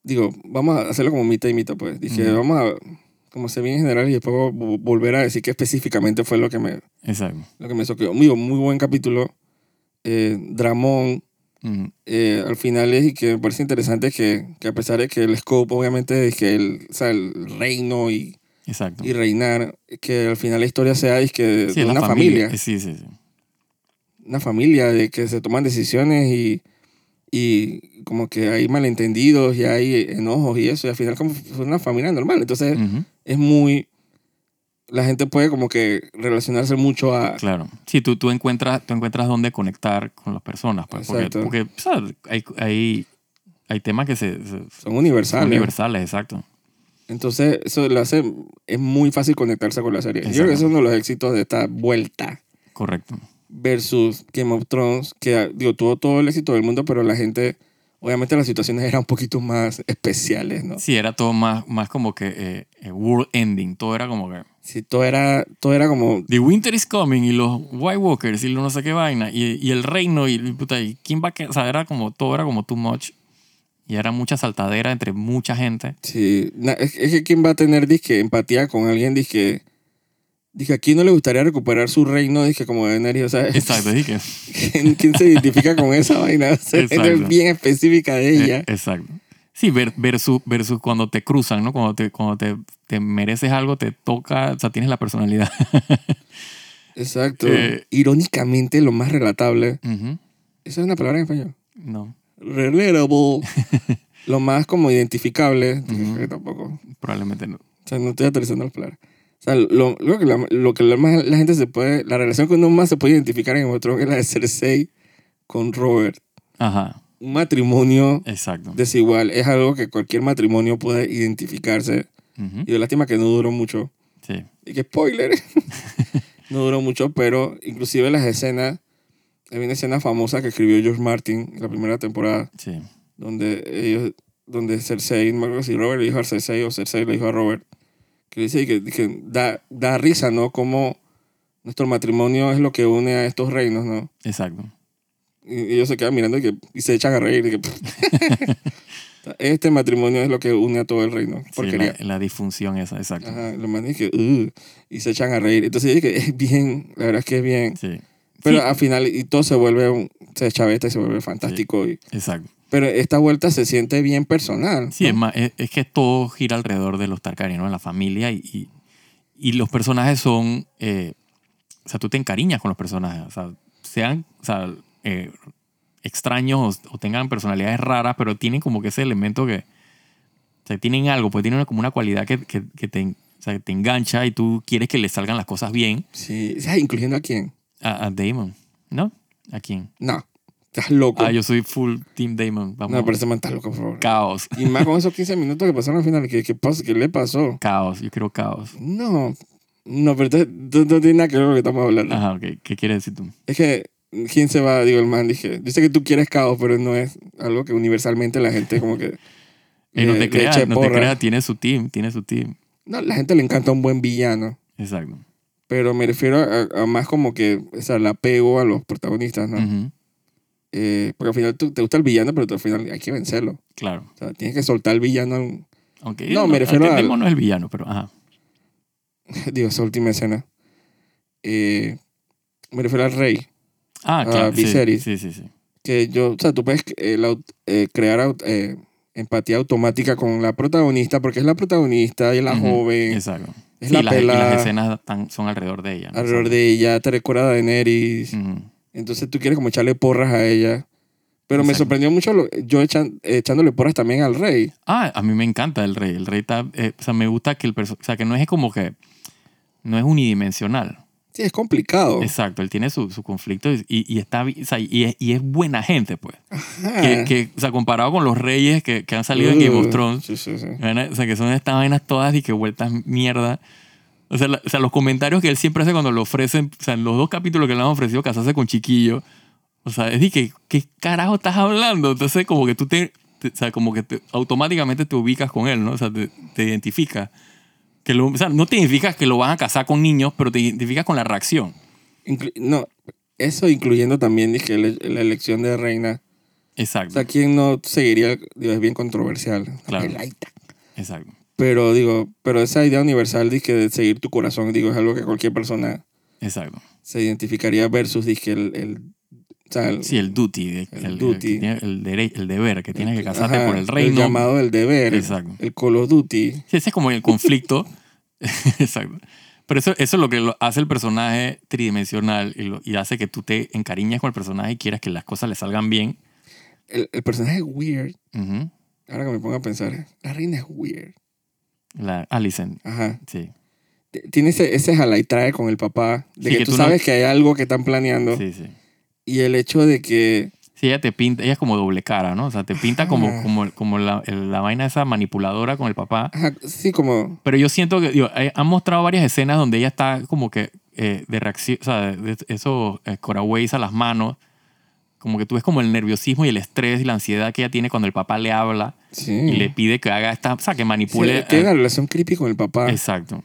digo, vamos a hacerlo como mitad y mitad, pues. Dije,
Ujú.
vamos a, como ser bien general y después vo- vo- volver a decir qué específicamente fue lo que me,
Exacto.
lo que me soqueó. Muy, muy buen capítulo. Eh, Dramón.
Ujú.
eh, al final es y que me parece interesante que, que a pesar de que el scope obviamente es que el, o sea, el reino y,
Exacto.
y reinar, que al final la historia sea es que de,
Sí,
de
es la
una
familia.
familia.
Eh, Sí, sí, sí.
una familia de que se toman decisiones y, y como que hay malentendidos y hay enojos y eso, y al final como es una familia normal. Entonces
Ujú.
es muy... La gente puede como que relacionarse mucho a...
Claro. Sí, tú, tú, encuentras, tú encuentras dónde conectar con las personas. Pues, porque
Exacto.
porque o sea, hay, hay, hay temas que se, se- son
Son universales.
universales, exacto.
Entonces eso lo hace... Es muy fácil conectarse con la serie. Yo creo que eso es uno de los éxitos de esta vuelta
Correcto.
versus Game of Thrones, que digo, tuvo todo el éxito del mundo, pero la gente... Obviamente las situaciones eran un poquito más especiales, ¿no?
Sí, era todo más, más como que eh, eh, world ending. Todo era como que
Sí, todo era, todo era como
The Winter is Coming y los White Walkers y los no sé qué vaina y, y el reino y, y puta, y quién va a... que- O sea, era como todo, era como too much. Y era mucha saltadera entre mucha gente.
Sí, na- es, es que quién va a tener disque, empatía con alguien disque, dije, ¿a quién no le gustaría recuperar su reino? Dije, como de Daenerys, o sea,
Exacto, así que...
¿quién, quién se identifica con esa vaina? O sea, es
Exacto.
bien específica de
Eh,
ella.
exacto. Sí, ver- versus, versus cuando te cruzan, ¿no? Cuando te, cuando te, te mereces algo, te toca, o sea, tienes la personalidad.
Exacto.
eh.
Irónicamente, lo más relatable,
Ujú.
esa es una palabra en español,
No,
relatable, lo más como identificable, dije,
Ujú.
"Eh, tampoco,
probablemente no.
o sea, no estoy aterrizando las palabras. O sea, lo, lo que, la, lo que la, más- la gente se puede, la relación que uno más se puede identificar en otro es la de Cersei con Robert.
Ajá,
un matrimonio
exacto.
desigual es algo que cualquier matrimonio puede identificarse.
Ujú.
Y lástima que no duró mucho.
Sí,
Y que spoiler, no duró mucho, pero inclusive las escenas, hay una escena famosa que escribió George Martin en la primera temporada,
sí.
donde ellos, donde Cersei, no me acuerdo si Robert le dijo a Cersei o Cersei le dijo a Robert, que dice y que, que da, da risa, ¿no? Como nuestro matrimonio es lo que une a estos reinos, ¿no?
Exacto.
Y y ellos se quedan mirando y, que, y se echan a reír. y que, este matrimonio es lo que une a todo el reino.
Sí,
Porquería.
la, la disfunción esa, exacto.
Ajá, lo mandan y que, "Ugh", y se echan a reír. Entonces dije que es bien, la verdad es que es bien.
Sí.
Pero
Sí,
al final, y todo se vuelve, un- se chaveta y se vuelve fantástico. y-
exacto.
pero esta vuelta se siente bien personal.
Sí,
¿no?
es más, es, es que todo gira alrededor de los Targaryen, ¿no? La familia y, y, y los personajes son... eh, o sea, tú te encariñas con los personajes. O sea, sean o sea, eh, extraños o, o tengan personalidades raras, pero tienen como que ese elemento que... O sea, tienen algo, pues tienen como una cualidad que, que, que te, en- o sea, que te engancha y tú quieres que le salgan las cosas bien
Sí, o sea, incluyendo a quién.
a, a Damon, ¿no? ¿A quién?
No, estás loco.
Ah, yo soy full Team Damon. Vamos.
no, pero ese man está loco, por favor.
Caos.
Y más con esos 15 minutos que pasaron al final, ¿qué, qué, pasó? ¿Qué le pasó?
Caos. Yo quiero caos.
No, no, pero entonces, no, no tiene nada que ver con lo que estamos hablando.
Ajá, ok. ¿Qué quieres decir tú?
Es que, ¿quién se va? Digo, el man, dije, yo sé que tú quieres caos, pero no es algo que universalmente la gente como que...
Eh, no
le-
te
le eche
creas, no te
porra.
creas. Tiene su team, tiene su team.
No, la gente le encanta un buen villano,
Exacto.
pero me refiero a, a más como que, o sea, el apego a los protagonistas, ¿no?
Ujú,
Eh, porque al final tú, te gusta el villano, pero tú al final hay que vencerlo.
Claro.
O sea, tienes que soltar al villano. al-
Aunque
No,
no,
me refiero al-
Damon no es el villano, pero ajá.
Digo, esa última escena. Eh, me refiero al rey,
Ah,
Ah,
claro. sí,
Viserys.
Sí, sí, sí.
que yo, o sea, tú puedes eh, la aut- eh, crear aut- eh, empatía automática con la protagonista, porque es la protagonista y es la
Ujú,
joven.
Exacto.
Es
Sí,
la
las, e- y las
pelada.
escenas tan- son alrededor de ella. ¿no?
alrededor de ella, te recuerda a Daenerys.
Ujú,
Entonces tú quieres como echarle porras a ella. Pero me
Exacto.
sorprendió mucho lo- yo echan- echándole porras también al rey.
Ah, a mí me encanta el rey. El rey está. eh, o sea, me gusta que el perso- O sea, que no es como que. No es unidimensional.
Sí, es complicado.
Exacto. Él tiene su, su conflicto y, y está. bi- o sea, y, es, y es buena gente, pues.
Ajá.
Que, que, o sea, comparado con los reyes que, que han salido en Game
Ah. Uh,
of Thrones.
Sí, sí, sí.
vaina- O sea, que son estas vainas todas y que vueltas mierda. O sea, la- o sea, los comentarios que él siempre hace cuando le ofrecen, o sea, en los dos capítulos que le han ofrecido casarse con chiquillo, o sea, es de que, ¿qué carajo estás hablando? Entonces, como que tú te, te- o sea, como que te- automáticamente te ubicas con él, ¿no? O sea, te, te identificas. Que lo, o sea, no te identificas que lo van a casar con niños, pero te identificas con la reacción.
Inclu- no, eso incluyendo también dije, le- la elección de reina O
Exacto,
sea, ¿quién no seguiría? Digo, es bien controversial. la
Claro.
pelaita.
exacto.
Pero digo, pero esa idea universal dizque, de seguir tu corazón, digo, es algo que cualquier persona
Exacto.
se identificaría versus dizque, el, el, o sea, el-
Sí, el duty, el,
El
el- el
duty.
que tiene- el dere- el deber, que tienes que casarte
ajá,
por el reino.
El llamado del deber.
Exacto.
El Call of Duty.
Sí, ese es como el conflicto. Exacto. Pero eso, eso es lo que lo hace el personaje tridimensional y, lo- y hace que tú te encariñes con el personaje y quieras que las cosas le salgan bien.
El, el personaje es weird.
Ujú.
Ahora que me pongo a pensar, la reina es weird.
La Alicent,
Ajá.
sí,
T- Tiene ese, ese jala y trae con el papá. De
Sí,
que,
que
tú
tú no-
sabes que hay algo que están planeando.
sí, sí.
Y el hecho de que.
Sí, ella te pinta, ella es como doble cara, ¿no? O sea, te pinta como,
Ah.
como, como la, el- la vaina esa manipuladora con el papá.
Ajá, sí, como.
Pero yo siento que, digo, eh, han mostrado varias escenas donde ella está como que eh, de reacción, o sea, de, de esos eh, coraways a las manos. Como que tú ves como el nerviosismo y el estrés y la ansiedad que ella tiene cuando el papá le habla
Sí.
y le pide que haga esta, o sea, que
Mm. Sí,
manipule.
tiene
eh,
una relación creepy con el papá.
exacto.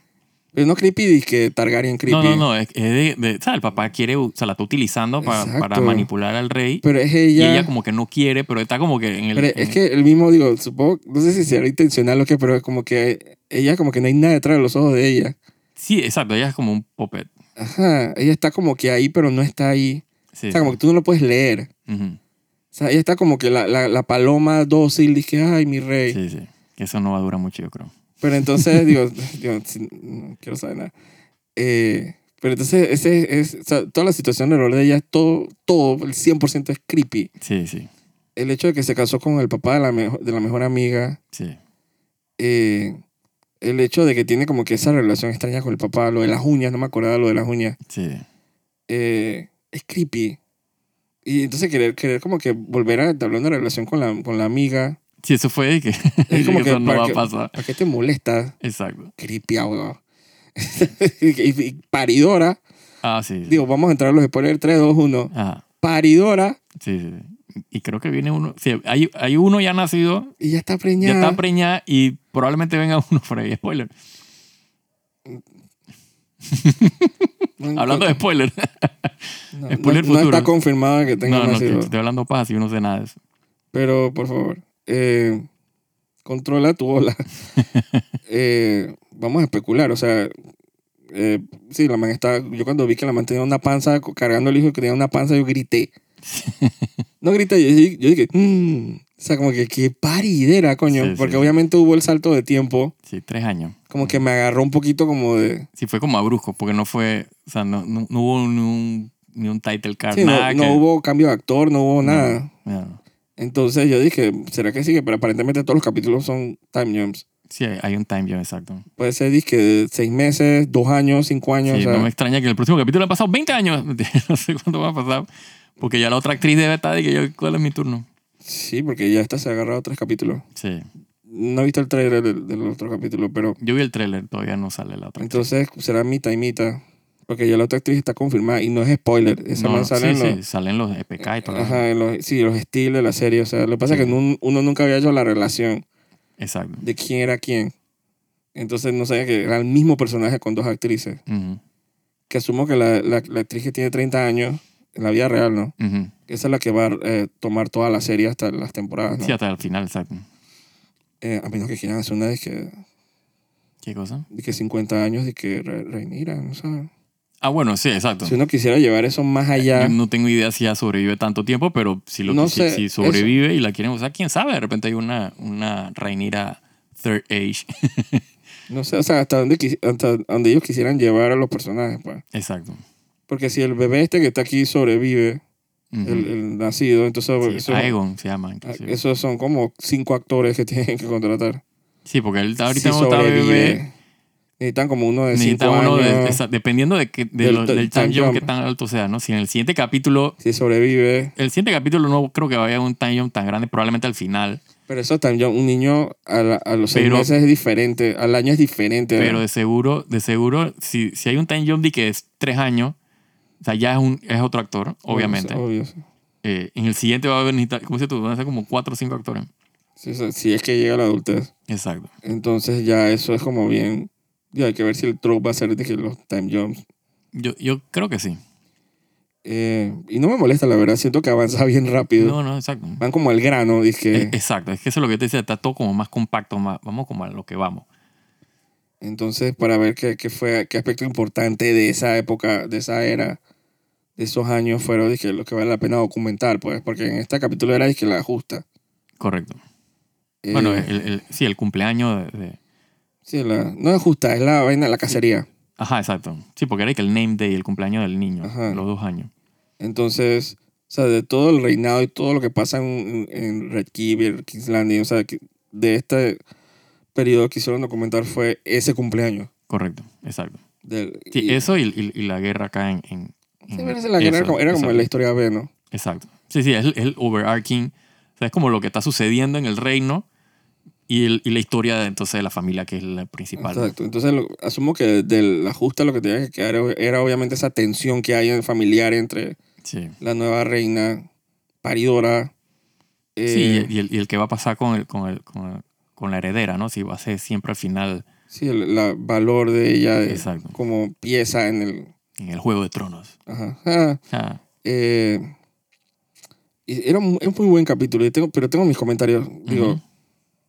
Pero no creepy, dizque Targaryen creepy.
No, no, no, es, es de, de- o sea, el papá quiere, o sea, la está utilizando para,
Exacto.
para manipular al rey
Pero es
y
ella.
ella como que no quiere, pero está como que en el...
Pero
en-
es que el mismo, digo, supongo, no sé si será intencional o qué, pero es como que ella, como que no hay nada detrás de los ojos de ella.
Sí, exacto, ella es como un puppet.
Ajá, ella está como que ahí, pero no está ahí.
Sí.
O sea, como que tú no lo puedes leer.
Ujú.
O sea, ella está como que la, la, la paloma dócil, dije, ay, mi rey.
sí, sí. Que Eso no va a durar mucho, yo creo.
Pero entonces, digo, digo, si- no quiero saber nada. Eh, pero entonces, ese es, o sea, toda la situación alrededor de ella, es todo, todo, el 100% es creepy.
Sí, sí,
El hecho de que se casó con el papá de la, mejo- de la mejor amiga,
sí.
eh, el hecho de que tiene como que esa relación extraña con el papá, lo de las uñas, no me acordaba lo de las uñas,
sí.
eh, es creepy. Y entonces querer, querer como que volver a entablar una relación con la, con la amiga,
Sí, eso fue de que, de
como
que
que
eso no
para
va
que-
a pasar.
¿para qué te molesta?
Exacto.
Creepy, ah, weón. y, y paridora,
Ah, sí. sí.
digo, vamos a entrar a los spoilers 3, 2, 1.
Ajá.
Paridora,
Sí, sí, sí. Y creo que viene uno. Sí, hay, hay uno ya nacido,
y ya está
ya
preñada.
está preñada y probablemente venga uno por ahí. Spoiler.
No,
Hablando de spoiler.
no,
spoiler
no- no
futuro.
está confirmada que tenga
No, no,
más
te- te
hijos.
estoy hablando paja si yo no sé nada de eso.
Pero, por favor, eh, controla tu bola. Eh, vamos a especular, o sea, eh, sí, la man está, yo cuando vi que la man tenía una panza, co- cargando el hijo que tenía una panza, yo grité. No grité, yo, di- yo dije, "Mm". o sea, como que qué paridera, coño,
Sí, sí,
porque
sí.
obviamente hubo el salto de tiempo,
Sí, tres años.
como que me agarró un poquito como de...
Sí, fue como a brusco, porque no fue. O sea, no, no, no hubo ni un, ni un title card.
Sí, no,
nada
no
que-
hubo cambio de actor, no hubo nada.
No, no.
Entonces yo dije, ¿será que sigue? Pero aparentemente todos los capítulos son time jumps.
Sí, hay, hay un time jump, exacto.
Puede ser disque de seis meses, dos años, cinco años.
Sí,
o sea,
no me extraña que en el próximo capítulo han pasado 20 años. No sé cuánto va a pasar. Porque ya la otra actriz debe estar de que yo, ¿cuál es mi turno?
sí, porque ya está, se ha agarrado tres capítulos.
Sí.
No he visto el trailer del, del otro capítulo, pero
Yo vi el tráiler, todavía no sale la otra actriz.
entonces será mitad y mitad. Porque ya la otra actriz está confirmada y no es spoiler. Esa
No,
man
no,
sale
sí,
en
sí,
los,
salen los EPK y todo.
ajá, en los- sí, los estilos de la serie. O sea, lo que pasa es que
Sí.
nun- uno nunca había hecho la relación
Exacto.
de quién era quién. Entonces no sabía que era el mismo personaje con dos actrices.
Ujú,
Que asumo que la, la- la actriz que tiene 30 años, en la vida real, ¿no?
ujú.
Esa es la que va a eh, tomar toda la serie hasta las temporadas, ¿no?
Sí, hasta el final, exacto.
Eh, a menos que quieran hacer una de que,
¿Qué cosa?
de que 50 años de que re- Rhaenyra, ¿no sabes?
Ah, bueno, sí, exacto.
Si uno quisiera llevar eso más allá,
Yo Eh, no tengo idea si ya sobrevive tanto tiempo, pero si, lo
No
que- si-
sé,
si
eso-
sobrevive y la quieren usar, quién sabe, de repente hay una, una Rhaenyra Third Age.
no sé, o sea, hasta donde, quis- hasta donde ellos quisieran llevar a los personajes, pues.
exacto.
Porque si el bebé este que está aquí sobrevive,
Ujú.
el, el nacido, entonces
Sí,
eso- Ah,
Aegon se llama.
a-
inclusive.
esos son como cinco actores que tienen que contratar.
Sí, porque él
Si
ahorita no está bebé.
sobrevive, necesitan como uno de
Necesita
cinco
uno de-
años.
esa- dependiendo de que, de
Del
lo-
t-
del
time
time jump que
jump.
tan alto sea, ¿no? Si en el siguiente capítulo,
Si sobrevive.
el siguiente capítulo no creo que vaya un time jump tan grande, probablemente al final,
Pero eso también, un niño a, la- a los seis
Pero-
meses es diferente, al año es diferente.
pero de seguro, de seguro, si, si hay un time jump de que es tres años, o sea, ya es, un, es otro actor, obviamente.
Obvio, sí.
Eh, en el siguiente va a venir, ¿cómo se tú? Van a ser como cuatro o cinco actores.
Sí, o sea, si es que llega la adultez.
Exacto.
Entonces ya eso es como bien... Ya hay que ver si el trope va a ser de que los time jumps.
Yo, yo creo que sí.
Eh, y no me molesta, la verdad. Siento que avanza bien rápido.
No, no, exacto.
Van como al grano,
Eh,
dije.
Exacto, es que eso es lo que yo te decía, está todo como más compacto, más, vamos como a lo que vamos.
Entonces, para ver qué, qué fue, qué aspecto importante de esa época, de esa era, de esos años fueron, dije, lo que vale la pena documentar, pues, porque en este capítulo era, dije, la justa.
Correcto.
Eh,
Bueno, el, el- sí, el cumpleaños de, de-
Sí, la, no es justa, es la vaina de la cacería.
Ajá, exacto. Sí, porque era que el name day, el cumpleaños del niño,
Ajá.
los dos años.
Entonces, o sea, de todo el reinado y todo lo que pasa en, en Red Kiver, Kingslanding, o sea, que de este periodo que hicieron documentar fue ese cumpleaños.
Correcto, exacto.
Del,
Sí,
y-
eso y, y- y la guerra acá en... en-
Sí,
en-
pero esa es la que era
eso,
como, era como
exacto.
la historia B, ¿no?
Exacto. Sí, sí, es el, es el overarching. O sea, es como lo que está sucediendo en el reino y, el- y la historia de, entonces de la familia que es la principal.
Exacto. Entonces, lo- asumo que de la justa lo que tenía que quedar era, era obviamente esa tensión que hay en familiar entre
Sí.
la nueva reina paridora. eh,
Sí, y el- y el, y el que va a pasar con, el, con, el, con, el- con la heredera, ¿no? Si va a ser siempre al final
sí, el la valor de ella de-
Exacto.
como pieza en el.
en el Juego de Tronos.
Ajá. Ah.
Ah,
Eh, y era un, es un muy buen capítulo, y tengo, pero tengo mis comentarios. Digo,
Ujú.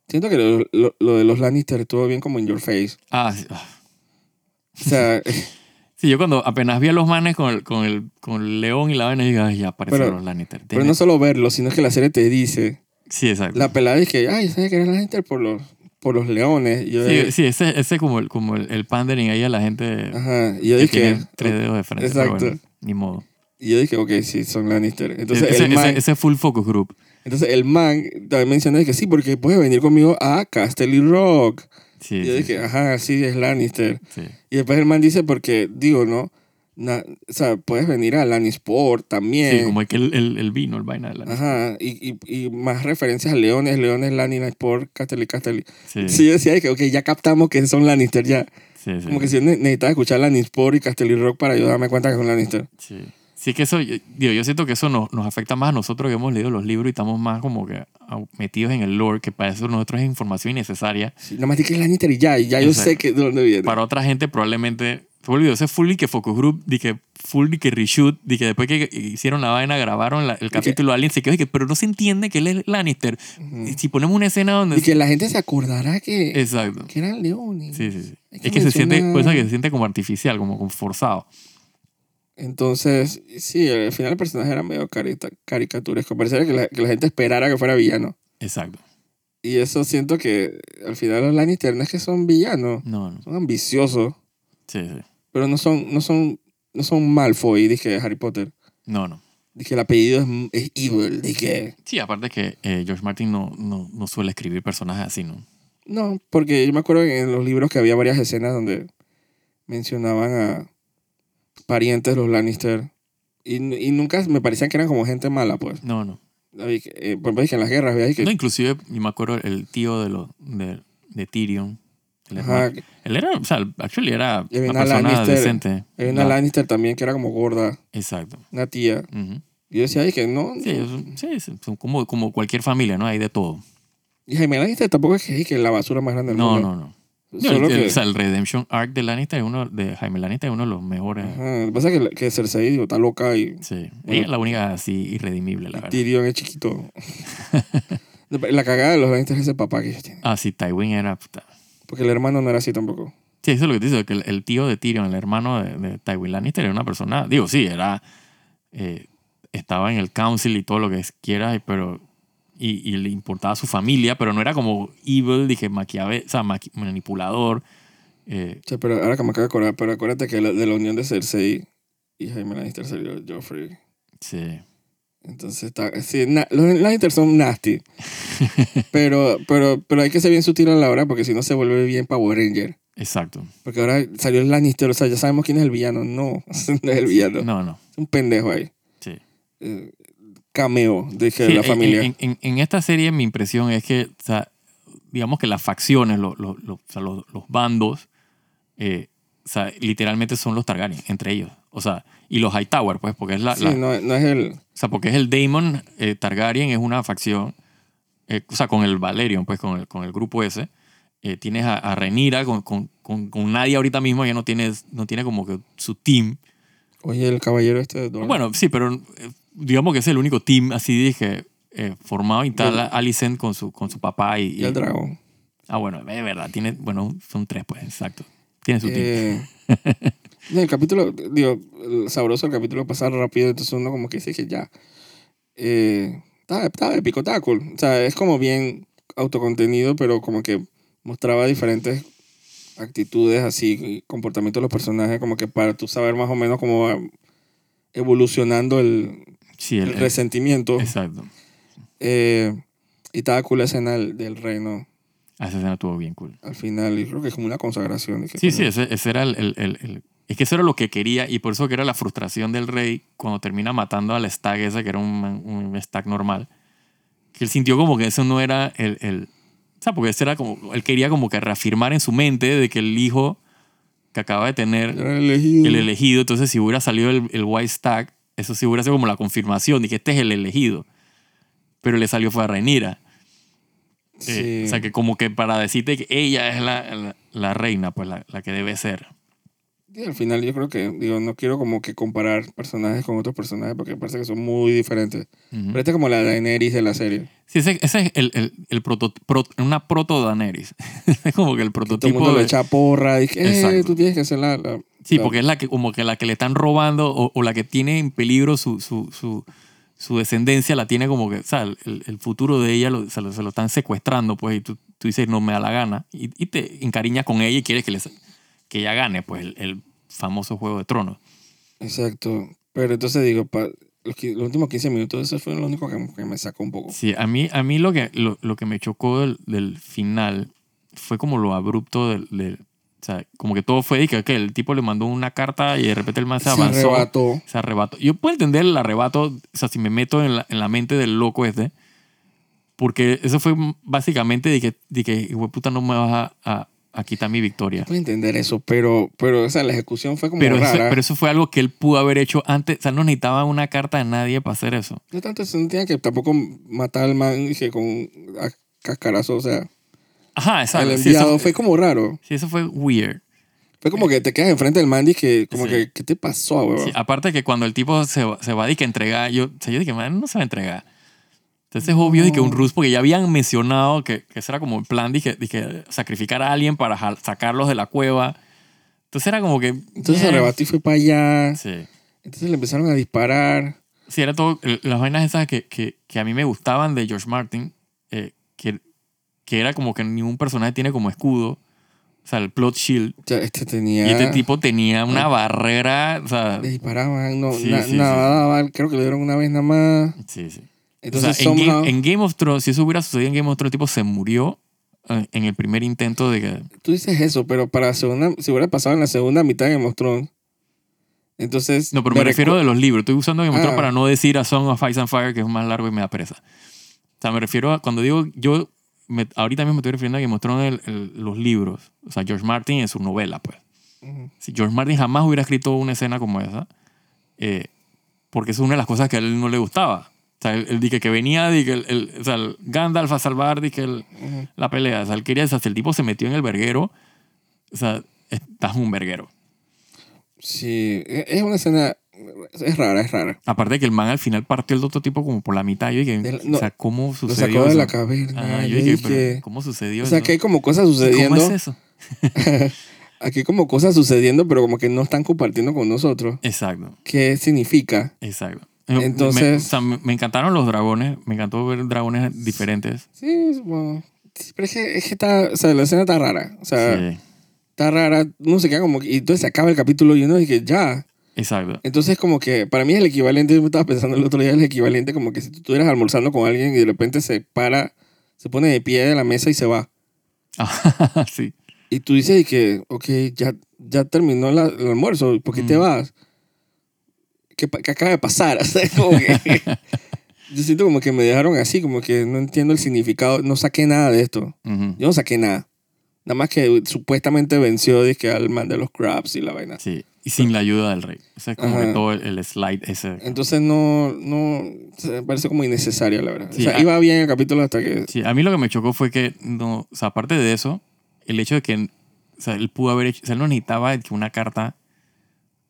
siento que lo, lo- lo de los Lannister estuvo bien como in your face.
ah, sí, ah.
O sea, eh,
Sí, yo cuando apenas vi a los manes con el, con el, con el león y la vaina, dije, ay, ya aparecieron
Pero-
los Lannister.
pero no solo verlo, sino que la serie te dice,
Sí, exacto.
la pelada es que, ay, ¿sabes que era Lannister por los, por los leones? Y yo,
Sí, sí, ese es como, el, como el, el pandering ahí a la gente
Ajá, y yo
que
dije,
tiene tres dedos de frente.
Exacto.
Pero bueno, ni modo.
y yo dije, ok, sí, son Lannister. Entonces,
ese,
el
ese-
man,
ese full focus group.
entonces el man también menciona que sí, porque puedes venir conmigo a Casterly Rock.
Sí,
Y yo
sí,
dije, ajá, sí, es Lannister.
sí.
Y después el man dice, porque, digo, ¿no? Na- o sea, puedes venir a Lannisport también.
Sí, como el, que el, el- el vino, el vaina de la
Ajá, y, y, y más referencias a Leones, Leones, Lannisport, Casterly, Casterly.
Sí,
Sí,
sí,
yo decía de que, ok, ya captamos que son Lannister, ya.
sí.
Como que si yo ne- necesitaba escuchar Lannisport y Casterly Rock para yo darme cuenta que son Lannister.
Sí. Sí que eso, yo- digo, yo siento que eso nos, nos afecta más a nosotros que hemos leído los libros y estamos más como que au- metidos en el lore, que para eso nosotros es información innecesaria.
Sí, nada más di que es Lannister y ya, y ya yo
Exacto.
sé que de dónde viene.
Para otra gente probablemente, se me olvidó, ese full y que focus group, di que full y que reshoot, di que después que hicieron la vaina, grabaron la- el capítulo, alguien se quedó y que, pero no se entiende que él es Lannister.
Ujú.
Si ponemos una escena donde...
Y que la gente se acordará que,
Exacto.
que eran Leones.
Sí, sí, sí.
Hay
Es
que
que, se
mencionar-
siente, pues, que se siente como artificial, como como forzado.
Entonces, sí, al final el personaje era medio carita- caricaturesco. Pareciera que la, que la gente esperara que fuera villano.
Exacto.
Y eso siento que al final los Lannister no es que son villanos,
No, no.
son ambiciosos,
Sí, sí.
pero no son, no son, no son Malfoy, dije Harry Potter.
No, no.
Dije el apellido es, es Evil, dije.
Sí, aparte que eh, George Martin no, no, no suele escribir personajes así, ¿no?
No, porque yo me acuerdo que en los libros que había varias escenas donde mencionaban a parientes de los Lannister y, y nunca me parecían que eran como gente mala, pues.
No, no.
Había que- eh, por ejemplo, dije en las guerras, veía que...
No, inclusive, yo me acuerdo el tío de, los de, de Tyrion. El
Ajá,
hermano. Él era, o sea, actually era
Y había
una
una
persona
Lannister.
decente.
había una
No,
Lannister también que era como gorda,
Exacto.
una tía.
Ujú.
Y yo decía, ay, que no,
Sí, ellos- sí, sí, son como, como cualquier familia, ¿no? Hay de todo.
Y Jaime Lannister tampoco es que, que la basura más grande del
No,
mundo.
no, no. No,
Solo
el, el-
que.
o sea, el Redemption Arc de Lannister es uno, de Jaime Lannister es uno de los mejores.
Ajá, lo que pasa es que, que Cersei digo, está loca y,
Sí.
Bueno.
Ella es la única así irredimible, la
y
verdad.
Tyrion es chiquito. No, pero la cagada de los Lannister es ese papá que ellos tienen.
Ah, sí, Tywin era... puta.
Porque el hermano no era así tampoco.
Sí, eso es lo que te digo, que el, el tío de Tyrion, el hermano de, de Tywin Lannister, era una persona, digo, sí, era, eh, estaba en el council y todo lo que quieras, y- pero, y, y le importaba su familia, pero no era como evil, dije, maquiave, o sea, maqui- manipulador. eh,
Che, pero ahora que me acabo de acordar, pero acuérdate que la- de la unión de Cersei y Jaime Lannister salió Joffrey.
sí,
Entonces está. Sí, na- los Lannister son nasty. pero, pero, pero hay que ser bien sutil a la hora porque si no se vuelve bien Power Ranger.
exacto.
Porque ahora salió el Lannister, o sea, ya sabemos quién es el villano. No, no es el villano.
No, no,
Es un pendejo ahí.
sí.
eh, cameo de que
Sí,
la
en-
familia.
En, en- en esta serie mi impresión es que, o sea, digamos que las facciones, lo- lo- lo- o sea, los, los bandos, eh, o sea, literalmente son los Targaryen, entre ellos. O sea, y los Hightower, pues, porque es la,
sí,
la-
no, no es el.
o sea, porque es el Daemon eh, Targaryen, es una facción, eh, o sea, con el Valerion, pues, con el, con el grupo ese. Eh, tienes a, a Renira con, con, con, con nadie ahorita mismo, ya no tiene, no tiene como que su team.
Oye, el caballero este de Dorne.
Bueno, sí, pero eh, digamos que es el único team, así dije, eh, formado y tal,
Y el-
Alicent con su, con su papá y...
y el
y-
dragón.
ah, bueno, es verdad, tiene, bueno, son tres, pues, exacto. Tiene su team.
Eh, y el capítulo, digo, el sabroso el capítulo pasar rápido, entonces uno como que dice que ya. Eh, estaba, estaba épico, estaba cool. O sea, es como bien autocontenido, pero como que mostraba diferentes actitudes así, comportamientos de los personajes, como que para tú saber más o menos cómo va evolucionando el,
Sí,
el
el, el-
resentimiento.
exacto.
Eh, y estaba cool la escena del, del reino
Ah, Esa escena estuvo bien cool.
al final. Y creo que es como una consagración. dije,
Sí,
coño.
sí, ese, ese era el, el- el- el- Es que eso era lo que quería y por eso que era la frustración del rey cuando termina matando al stag ese, que era un, un stag normal. Que él sintió como que eso no era el... el- o sea, porque ese era como... Él quería como que reafirmar en su mente de que el hijo que acaba de tener,
Era el elegido.
el elegido, entonces si hubiera salido el, el white stag, eso sí hubiera sido como la confirmación de que este es el elegido. Pero le salió fue a Rhaenyra. Eh,
Sí.
o sea, que como que para decirte que ella es la, la- la reina, pues la, la que debe ser.
Y al final yo creo que, digo, no quiero como que comparar personajes con otros personajes porque parece que son muy diferentes.
Ujú.
Pero esta es como la Daenerys de la serie.
Sí, ese, ese es el, el, el proto, pro- una proto Daenerys. es como que el
Que todo el
prototipo.
mundo le
de-
echa porra. Dije, eh,
Exacto.
tú tienes que ser la... la-
sí,
la-
porque es la que, como que la que le están robando o, o la que tiene en peligro su, su, su, su descendencia, la tiene como que, o sea, el, el futuro de ella lo- se, lo, se lo están secuestrando, pues, y tú, tú dices, no me da la gana. Y, y te encariñas con ella y quieres que, les, que ella gane, pues, el, el famoso Juego de Tronos.
Exacto. Pero entonces digo, pa- los, qui- los últimos 15 minutos, eso fue lo único que, que me sacó un poco.
Sí, a mí, a mí lo, que, lo, lo que me chocó del, del final fue como lo abrupto del... del- o sea, como que todo fue y que, que el tipo le mandó una carta y de repente el man se
Se
avanzó.
arrebató.
Se arrebató. Yo puedo entender el arrebato, o sea, si me meto en la, en la mente del loco este, porque eso fue básicamente de que, de que "Hijo de puta, no me vas a, a- a quitar mi victoria.
Puedo entender eso, pero, pero o sea, la ejecución fue como
Pero eso,
rara.
pero eso fue algo que él pudo haber hecho antes. O sea, no necesitaba una carta de nadie para hacer eso.
No tanto eso, no tenía que tampoco matar al man dije, con a cascarazo. O sea,
Ajá, exacto.
el
Sí,
enviado
eso,
fue como raro.
sí, eso fue weird.
Fue como que te quedas enfrente del man y que, como
Eh, Sí.
que, ¿qué te pasó, weón?
Sí, ah, aparte que cuando el tipo se, va- se va de que entrega, yo, o sea, yo dije, man, no se va a entregar. Entonces es obvio de que un
No.
ruso, porque ya habían mencionado que, que ese era como el plan, dije, dije sacrificar a alguien para jal- sacarlos de la cueva. Entonces era como que...
Entonces se
eh,
arrebató y fue para allá.
Sí.
Entonces le empezaron a disparar.
Sí, era todo. Las vainas esas que, que, que a mí me gustaban de George Martin, eh, que, que era como que ningún personaje tiene como escudo, o sea, el plot shield.
O sea, este tenía.
Y este tipo tenía una
Ah.
barrera, o sea...
Le disparaban, no,
Sí,
na-
sí,
nada, creo que le dieron una vez nada más.
Sí, sí.
Entonces,
o sea, en, Ga-
somehow,
en Game of Thrones, si eso hubiera sucedido en Game of Thrones, el tipo se murió eh, en el primer intento de que...
tú dices eso, pero para la segunda, si hubiera pasado en la segunda mitad de Game of Thrones, entonces.
No, pero me, refiero de los libros. Estoy usando Game of
Ah.
Thrones para no decir a Song of Ice and Fire, que es más largo y me da presa. O sea, me refiero a... Cuando digo... Yo me- ahorita mismo estoy refiriendo a Game of Thrones el- el- los libros. O sea, George Martin en su novela, pues.
Ujú.
Si George Martin jamás hubiera escrito una escena como esa, eh, porque eso es una de las cosas que a él no le gustaba. O sea, él, él dije que venía, dije, el, el- o sea, el Gandalf a salvar, dije, el,
Ujú.
la pelea. O sea, él quería, o sea, si el tipo se metió en el verguero, o sea, estás un verguero.
Sí, e- es una escena. Es rara, es rara.
Aparte de que el man al final partió el otro tipo como por la mitad. Yo dije,
De la-
o sea, ¿cómo
Lo
sucedió
sacó de
eso?
la caverna.
Ajá,
yo
yo dije,
dije,
pero ¿cómo sucedió
o sea,
eso?
que hay como cosas
¿Y
sucediendo.
¿Cómo es eso?
aquí hay como cosas sucediendo, pero como que no están compartiendo con nosotros.
Exacto,
¿Qué significa?
exacto. Eh, Me-
Entonces-
me, o sea, me, me encantaron los dragones, me encantó ver dragones diferentes.
Sí, es bueno. Sí, pero es que, es que está, o sea, la escena está rara. O sea,
Sí,
está rara. Uno se queda como que, y entonces se acaba el capítulo y uno dice, ya.
exacto.
Entonces como que, para mí es el equivalente, yo me estaba pensando el otro día, es el equivalente como que si tú estuvieras almorzando con alguien y de repente se para, se pone de pie de la mesa y se va.
sí,
Y tú dices y que, ok, ya, ya terminó la- el almuerzo, ¿por qué te
Mm.
vas? ¿Qué, pa- qué acaba de pasar? O sea, como que- yo siento como que me dejaron así, como que no entiendo el significado, no saqué nada de esto.
ujú,
Yo no saqué nada. Nada más que supuestamente venció dizque, al man de los crabs y la vaina.
sí. Y sin la ayuda del rey. O sea, como
Ajá.
que todo el, el slide ese.
Entonces no, no, se me parece como innecesaria la verdad.
Sí,
o sea,
ah.
iba bien el capítulo hasta que...
Sí, a mí lo que me chocó fue que, no, o sea, aparte de eso, el hecho de que o sea, él pudo haber hecho, o sea, él no necesitaba que una carta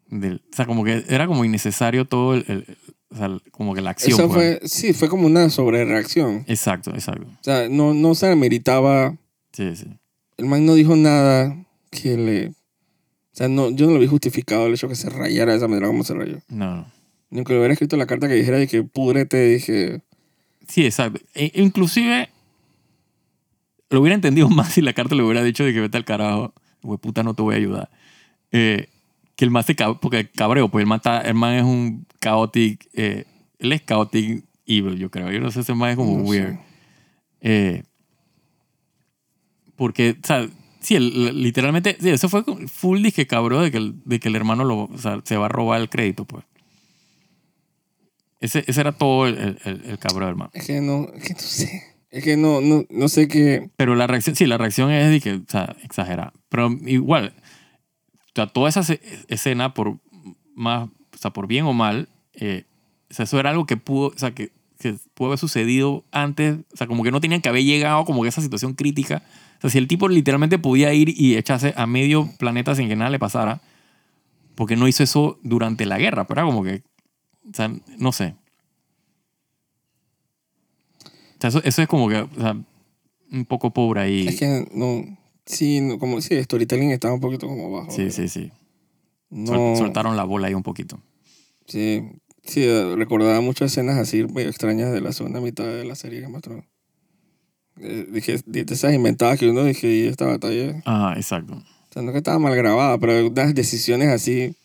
del- o sea, como que era como innecesario todo el, el- o sea, el- como que la acción.
Esa
pues.
fue, sí, fue como una sobrereacción.
Exacto, exacto.
O sea, no, no se meritaba.
Sí, sí.
El man no dijo nada que le... O sea, no, yo no lo vi justificado el hecho que se rayara de esa manera como se rayó.
No, no.
Ni que le hubiera escrito la carta que dijera de que pudrete, dije...
Sí, exacto. E- inclusive lo hubiera entendido más si la carta le hubiera dicho de que vete al carajo, güey, puta, no te voy a ayudar. Eh, que el man se cab- porque cabreo, pues el man, está- el man es un chaotic, eh, él es chaotic evil, yo creo. Yo no sé, ese man es como
no sé.
weird. Eh, porque, o sea, sí, el- literalmente, sí, eso fue como full disque cabrón de que el, de que el hermano lo, o sea, se va a robar el crédito, pues. Ese, ese era todo el, el, el- el cabrón, hermano.
Es que no, es que no sé. Es que no, no, no sé qué...
Pero la reacción, sí, la reacción es de que, o sea, exagerada. Pero igual, o sea, toda esa se- escena, por más, o sea, por bien o mal, eh, o sea, eso era algo que pudo, o sea, que, que pudo haber sucedido antes, o sea, como que no tenían que haber llegado como que a esa situación crítica. O sea, si el tipo literalmente podía ir y echarse a medio planeta sin que nada le pasara, porque no hizo eso durante la guerra, pero era como que, o sea, no sé. O sea, eso, eso es como que, o sea, un poco pobre ahí.
Es que no... Sí, no, como sí, el storytelling estaba un poquito como bajo.
Sí, sí, sí. Sol-
No,
Soltaron la bola ahí un poquito.
sí, sí, recordaba muchas escenas así medio extrañas de la segunda mitad de la serie que mostró. Eh, dije, de de esas inventadas que uno dije, y esta batalla...
Ajá, exacto.
O sea, no que estaba mal grabada, pero unas decisiones así.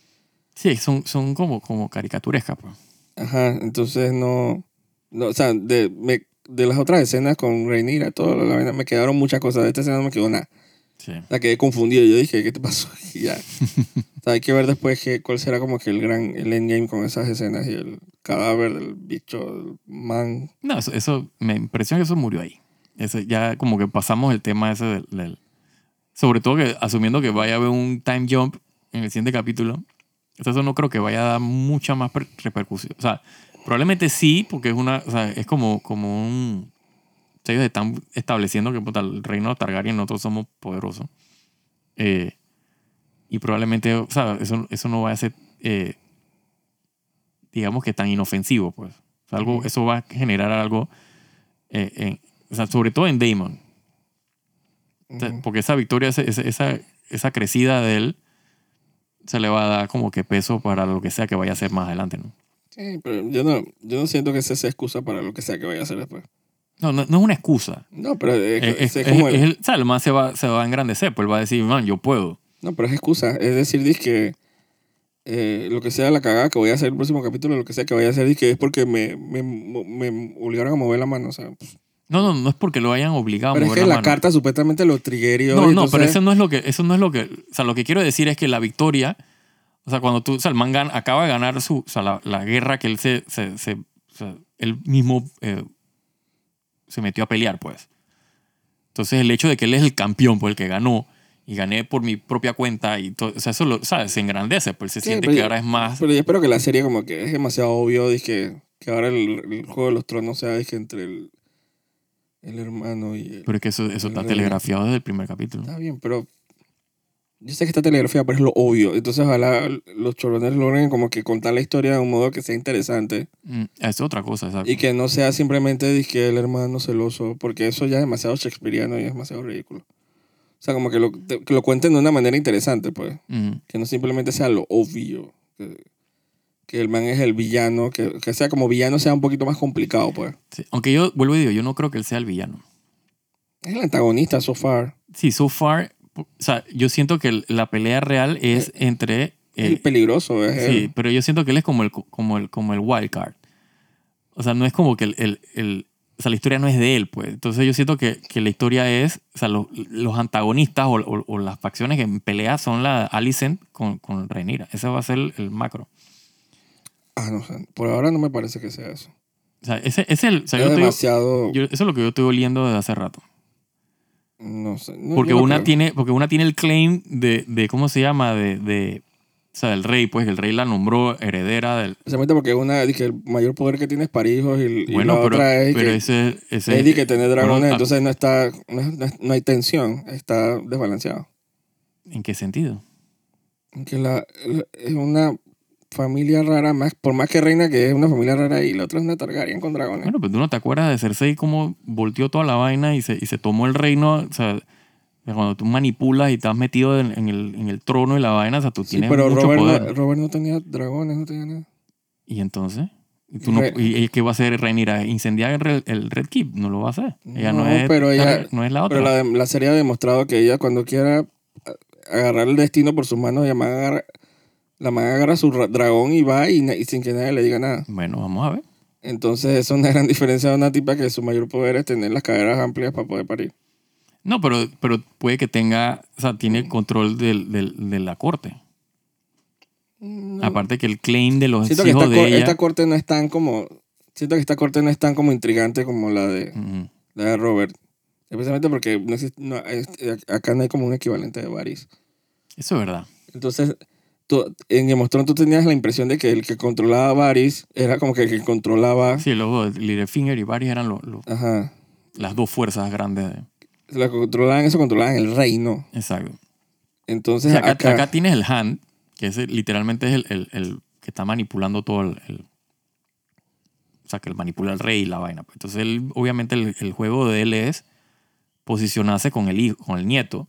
Sí, son, son como, como caricaturescas, pues.
Ajá, entonces no. no o sea, de, me- de las otras escenas con Reinira, todo, la vaina, me quedaron muchas cosas. De esta escena no me quedó nada.
Sí.
La quedé confundido. Yo dije, ¿qué te pasó? Y ya. o sea, hay que ver después qué cuál será como que el gran el endgame con esas escenas y el cadáver del bicho, del man.
No, eso, eso- me impresiona que eso murió ahí. Eso ya como que pasamos el tema ese del, del- Sobre todo que asumiendo que vaya a haber un time jump en el siguiente capítulo, entonces eso no creo que vaya a dar mucha más per- repercusión. O sea, probablemente sí, porque es una... O sea, es como, como un... o sea, ellos están estableciendo que puta, el reino de Targaryen nosotros somos poderosos. Eh, y probablemente, o sea, eso, eso no va a ser... eh, digamos que tan inofensivo, pues. O sea, algo, eso va a generar algo, eh, en- o sea, sobre todo en Damon, O sea,
Ujú.
porque esa victoria, ese- ese- esa, esa crecida de él, se le va a dar como que peso para lo que sea que vaya a hacer más adelante, ¿no?
Sí, pero yo no, yo no siento que esa sea excusa para lo que sea que vaya a hacer después.
No, no, no es una excusa. Eh,
No, pero es,
Es, es-
es como
es-
el-
es el, o sea, el man se va, se va a engrandecer, pues él va a decir, man, yo puedo.
No, pero es excusa. Es decir, dice que eh, lo que sea la cagada que voy a hacer el próximo capítulo, lo que sea que vaya a hacer, que es porque me, me, me obligaron a mover la mano. O sea, pues.
No, no, no es porque lo hayan obligado
pero
a
es
mover
que la,
la, mano.
carta supuestamente lo triggerió.
No,
y
no, pero
entonces-
eso no es lo que, eso no es lo que, o sea, lo que quiero decir es que la victoria, o sea, cuando tú, o sea, el man gan- acaba de ganar su, o sea, la, la guerra que él se, se, se- o sea, él mismo eh, se metió a pelear, pues. Entonces el hecho de que él es el campeón, por el que ganó y gané por mi propia cuenta y todo, o sea, eso lo, ¿sabes? se engrandece, pues se
Sí, pues,
siente
pero
que
yo-
ahora es más,
Pero yo espero que la serie como que es demasiado obvio, dije, que ahora el, el Juego de los Tronos sea, dije, entre el, el hermano y el...
pero es que eso, eso está
Pero-
telegrafiado desde el primer capítulo.
Está bien, pero... Yo sé que está telegrafía, pero es lo obvio. Entonces ojalá los chorones logren como que contar la historia de un modo que sea interesante.
Mm, Es otra cosa, exacto.
Y que no sea simplemente disque el hermano celoso, porque eso ya es demasiado shakespeariano y es demasiado ridículo. O sea, como que lo, te- que lo cuenten de una manera interesante, pues.
Ujú.
Que no simplemente sea lo obvio. Que, que el man es el villano, que, que sea como villano sea un poquito más complicado, pues.
Sí. Aunque yo vuelvo y digo, yo no creo que él sea el villano.
Es el antagonista, so far.
Sí, so far, o sea, yo siento que el- la pelea real es entre...
Es Eh, el
eh,
peligroso, es
sí,
él.
pero yo siento que él es como el, como el, como el wild card. O sea, no es como que el, el- el- o sea, la historia no es de él, pues. Entonces yo siento que, que la historia es, o sea, los, los antagonistas o, o- o las facciones que en pelea son la Alicent con, con Rhaenyra. Ese va a ser el, el macro.
Ah, no, o sea, por ahora no me parece que sea eso.
O sea, ese, ese es el... o sea,
es
yo te digo-
demasiado...
yo- eso es lo que yo estoy oliendo desde hace rato.
no sé. no,
Porque
yo no
una
creo.
tiene, porque una tiene el claim de, de ¿cómo se llama? De, de, o sea, del rey, pues el rey la nombró heredera del...
Especialmente porque una, dizque, el mayor poder que tiene es para hijos y, y
Bueno,
la
pero,
otra es...
pero
que-
ese, ese
Eddie que tiene dragones,
bueno, ah,
entonces no está, no, no- no hay tensión, está desbalanceado.
¿En qué sentido?
Que la, la- es una familia rara, más, por más que reina que es una familia rara y la otra es una Targaryen con dragones.
Bueno, pero tú no te acuerdas de Cersei cómo volteó toda la vaina y se, y se tomó el reino. O sea, cuando tú manipulas y estás metido en, en el, en el trono y la vaina, o sea, tú
Sí,
tienes
pero
mucho
Robert
poder.
no, Robert no tenía dragones, no tenía nada.
¿Y entonces? ¿Y, tú no,
Re-
y ella qué va a hacer Rhaenyra? ¿Incendiar el, Red- el Red Keep? No lo va a hacer. Ella no,
No,
es,
pero ella-
no es la otra.
Pero la, la serie ha demostrado que ella cuando quiera a- agarrar el destino por sus manos, ella más agarra- la man agarra su ra- dragón y va y, na- y sin que nadie le diga nada.
Bueno, vamos a ver.
Entonces es una gran diferencia de una tipa que su mayor poder es tener las caderas amplias para poder parir.
No, pero, pero puede que tenga, o sea, tiene
Mm.
el control del, del- de la corte.
No.
Aparte que el claim de los
Siento
hijos
que esta,
de
cor-
ella...
esta corte no es tan como. Siento que esta corte no es tan como intrigante como la de,
Ujú.
la de Robert. Especialmente porque no existe- no, es- eh, acá no hay como un equivalente de Varys.
Eso es verdad.
Entonces, tú- en Game of Thrones tú tenías la impresión de que el que controlaba a Varys era como que el que controlaba.
Sí, luego Littlefinger y Varys eran lo- lo-
Ajá.
las dos fuerzas grandes. de-
Lo que controlaban eso, controlaban el reino.
Exacto.
Entonces,
O sea, acá,
acá,
acá tienes el hand, que ese literalmente es el, el- el que está manipulando todo el, el- O sea, que él manipula al rey y la vaina. pues. Entonces, él, obviamente, el, el juego de él es posicionarse con el hijo, con el nieto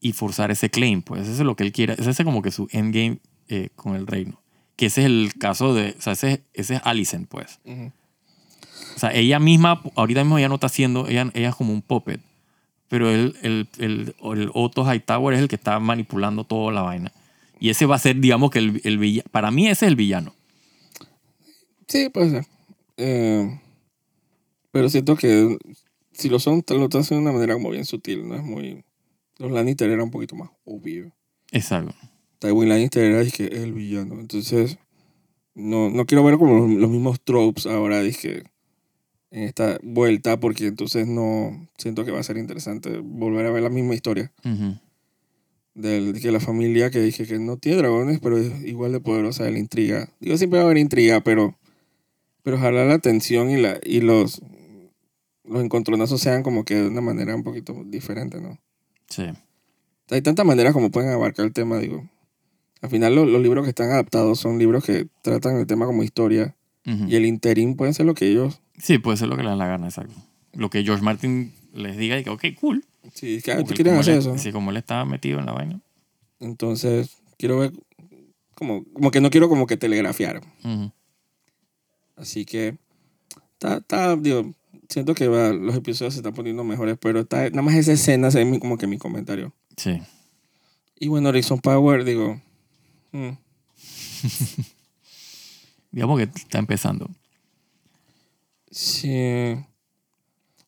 y forzar ese claim. Pues eso es lo que él quiere. Ese es como que su endgame eh, con el reino. Que ese es el caso de. O sea, ese, es- ese es Alicent, pues.
Ujú.
O sea, ella misma, ahorita mismo ella no está haciendo. Ella, ella es como un puppet. Pero él, el, el, el Otto Hightower es el que está manipulando toda la vaina. Y ese va a ser, digamos, que el, el villano. Para mí, ese es el villano.
Sí, puede ser. Eh, pero siento que si lo son, lo están haciendo de una manera como bien sutil, no es muy... Los Lannister era un poquito más obvio.
Exacto.
Tywin Lannister era dizque, el villano. Entonces, no, no quiero ver como los, los mismos tropes ahora, dije, en esta vuelta, porque entonces no siento que va a ser interesante volver a ver la misma historia
Ujú.
del- de que la familia que dije que no tiene dragones, pero es igual de poderosa de la intriga. Digo, siempre va a haber intriga, pero, pero ojalá la tensión y, la, y los, los encontronazos sean como que de una manera un poquito diferente, ¿no?
Sí.
Hay tantas maneras como pueden abarcar el tema, digo. Al final lo- los libros que están adaptados son libros que tratan el tema como historia
Ujú.
y el interín pueden ser lo que ellos...
Sí, puede ser lo que le dan la gana, exacto. Lo que George Martin les diga y que, ok, cool.
Sí, es que, ah,
Porque
quieren
como
hacer
él-
eso.
Sí, como él estaba metido en la vaina.
Entonces, quiero ver... Como, como que no quiero como que telegrafiar.
Ujú.
Así que, está, está, digo, siento que va- los episodios se están poniendo mejores, pero está, nada más esa escena se ve mi- como que mi comentario.
Sí.
Y bueno, Horizon Power, digo, mm,
Digamos que está empezando.
sí.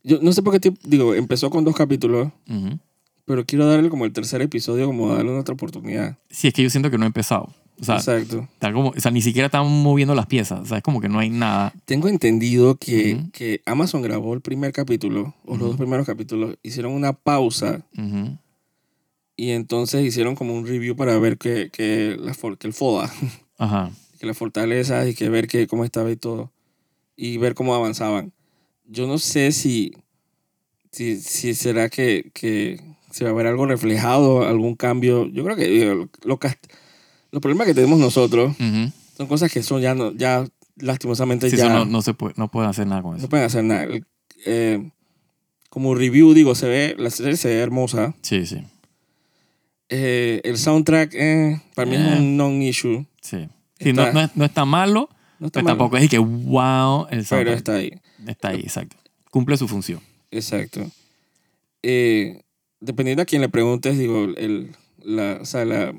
Yo no sé por qué, tip- digo, empezó con dos capítulos,
Ujú.
pero quiero darle como el tercer episodio, como darle una otra oportunidad.
Sí, es que yo siento que no ha empezado. O sea,
Exacto.
está como, o sea, ni siquiera están moviendo las piezas. O sea, es como que no hay nada.
Tengo entendido que,
Ujú.
que Amazon grabó el primer capítulo, o los
Ujú.
dos primeros capítulos, hicieron una pausa
Ujú.
y entonces hicieron como un review para ver que, que, la, for- que el FODA.
Ajá.
que las fortalezas y que ver que cómo estaba y todo y ver cómo avanzaban. Yo no sé si si, si será que, que se va a ver algo reflejado, algún cambio. Yo creo que digo, lo cast- los problemas que tenemos nosotros
Ujú.
son cosas que son ya no, ya lastimosamente
Sí,
Pues ya
eso no,
no,
no se puede, no pueden hacer nada con eso.
pueden hacer nada. El- eh, como review digo, se ve la serie se ve hermosa.
Sí, sí,
Eh, el soundtrack eh, para mí es
Eh.
un non issue.
sí. Sí, no,
Está-
no es- no está malo,
No está
pero
mal,
tampoco es que wow, el
pero
soundtrack está,
está ahí.
ahí, exacto. Cumple su función.
Exacto. Eh, dependiendo a quien le preguntes, digo, el, la, o sea, la,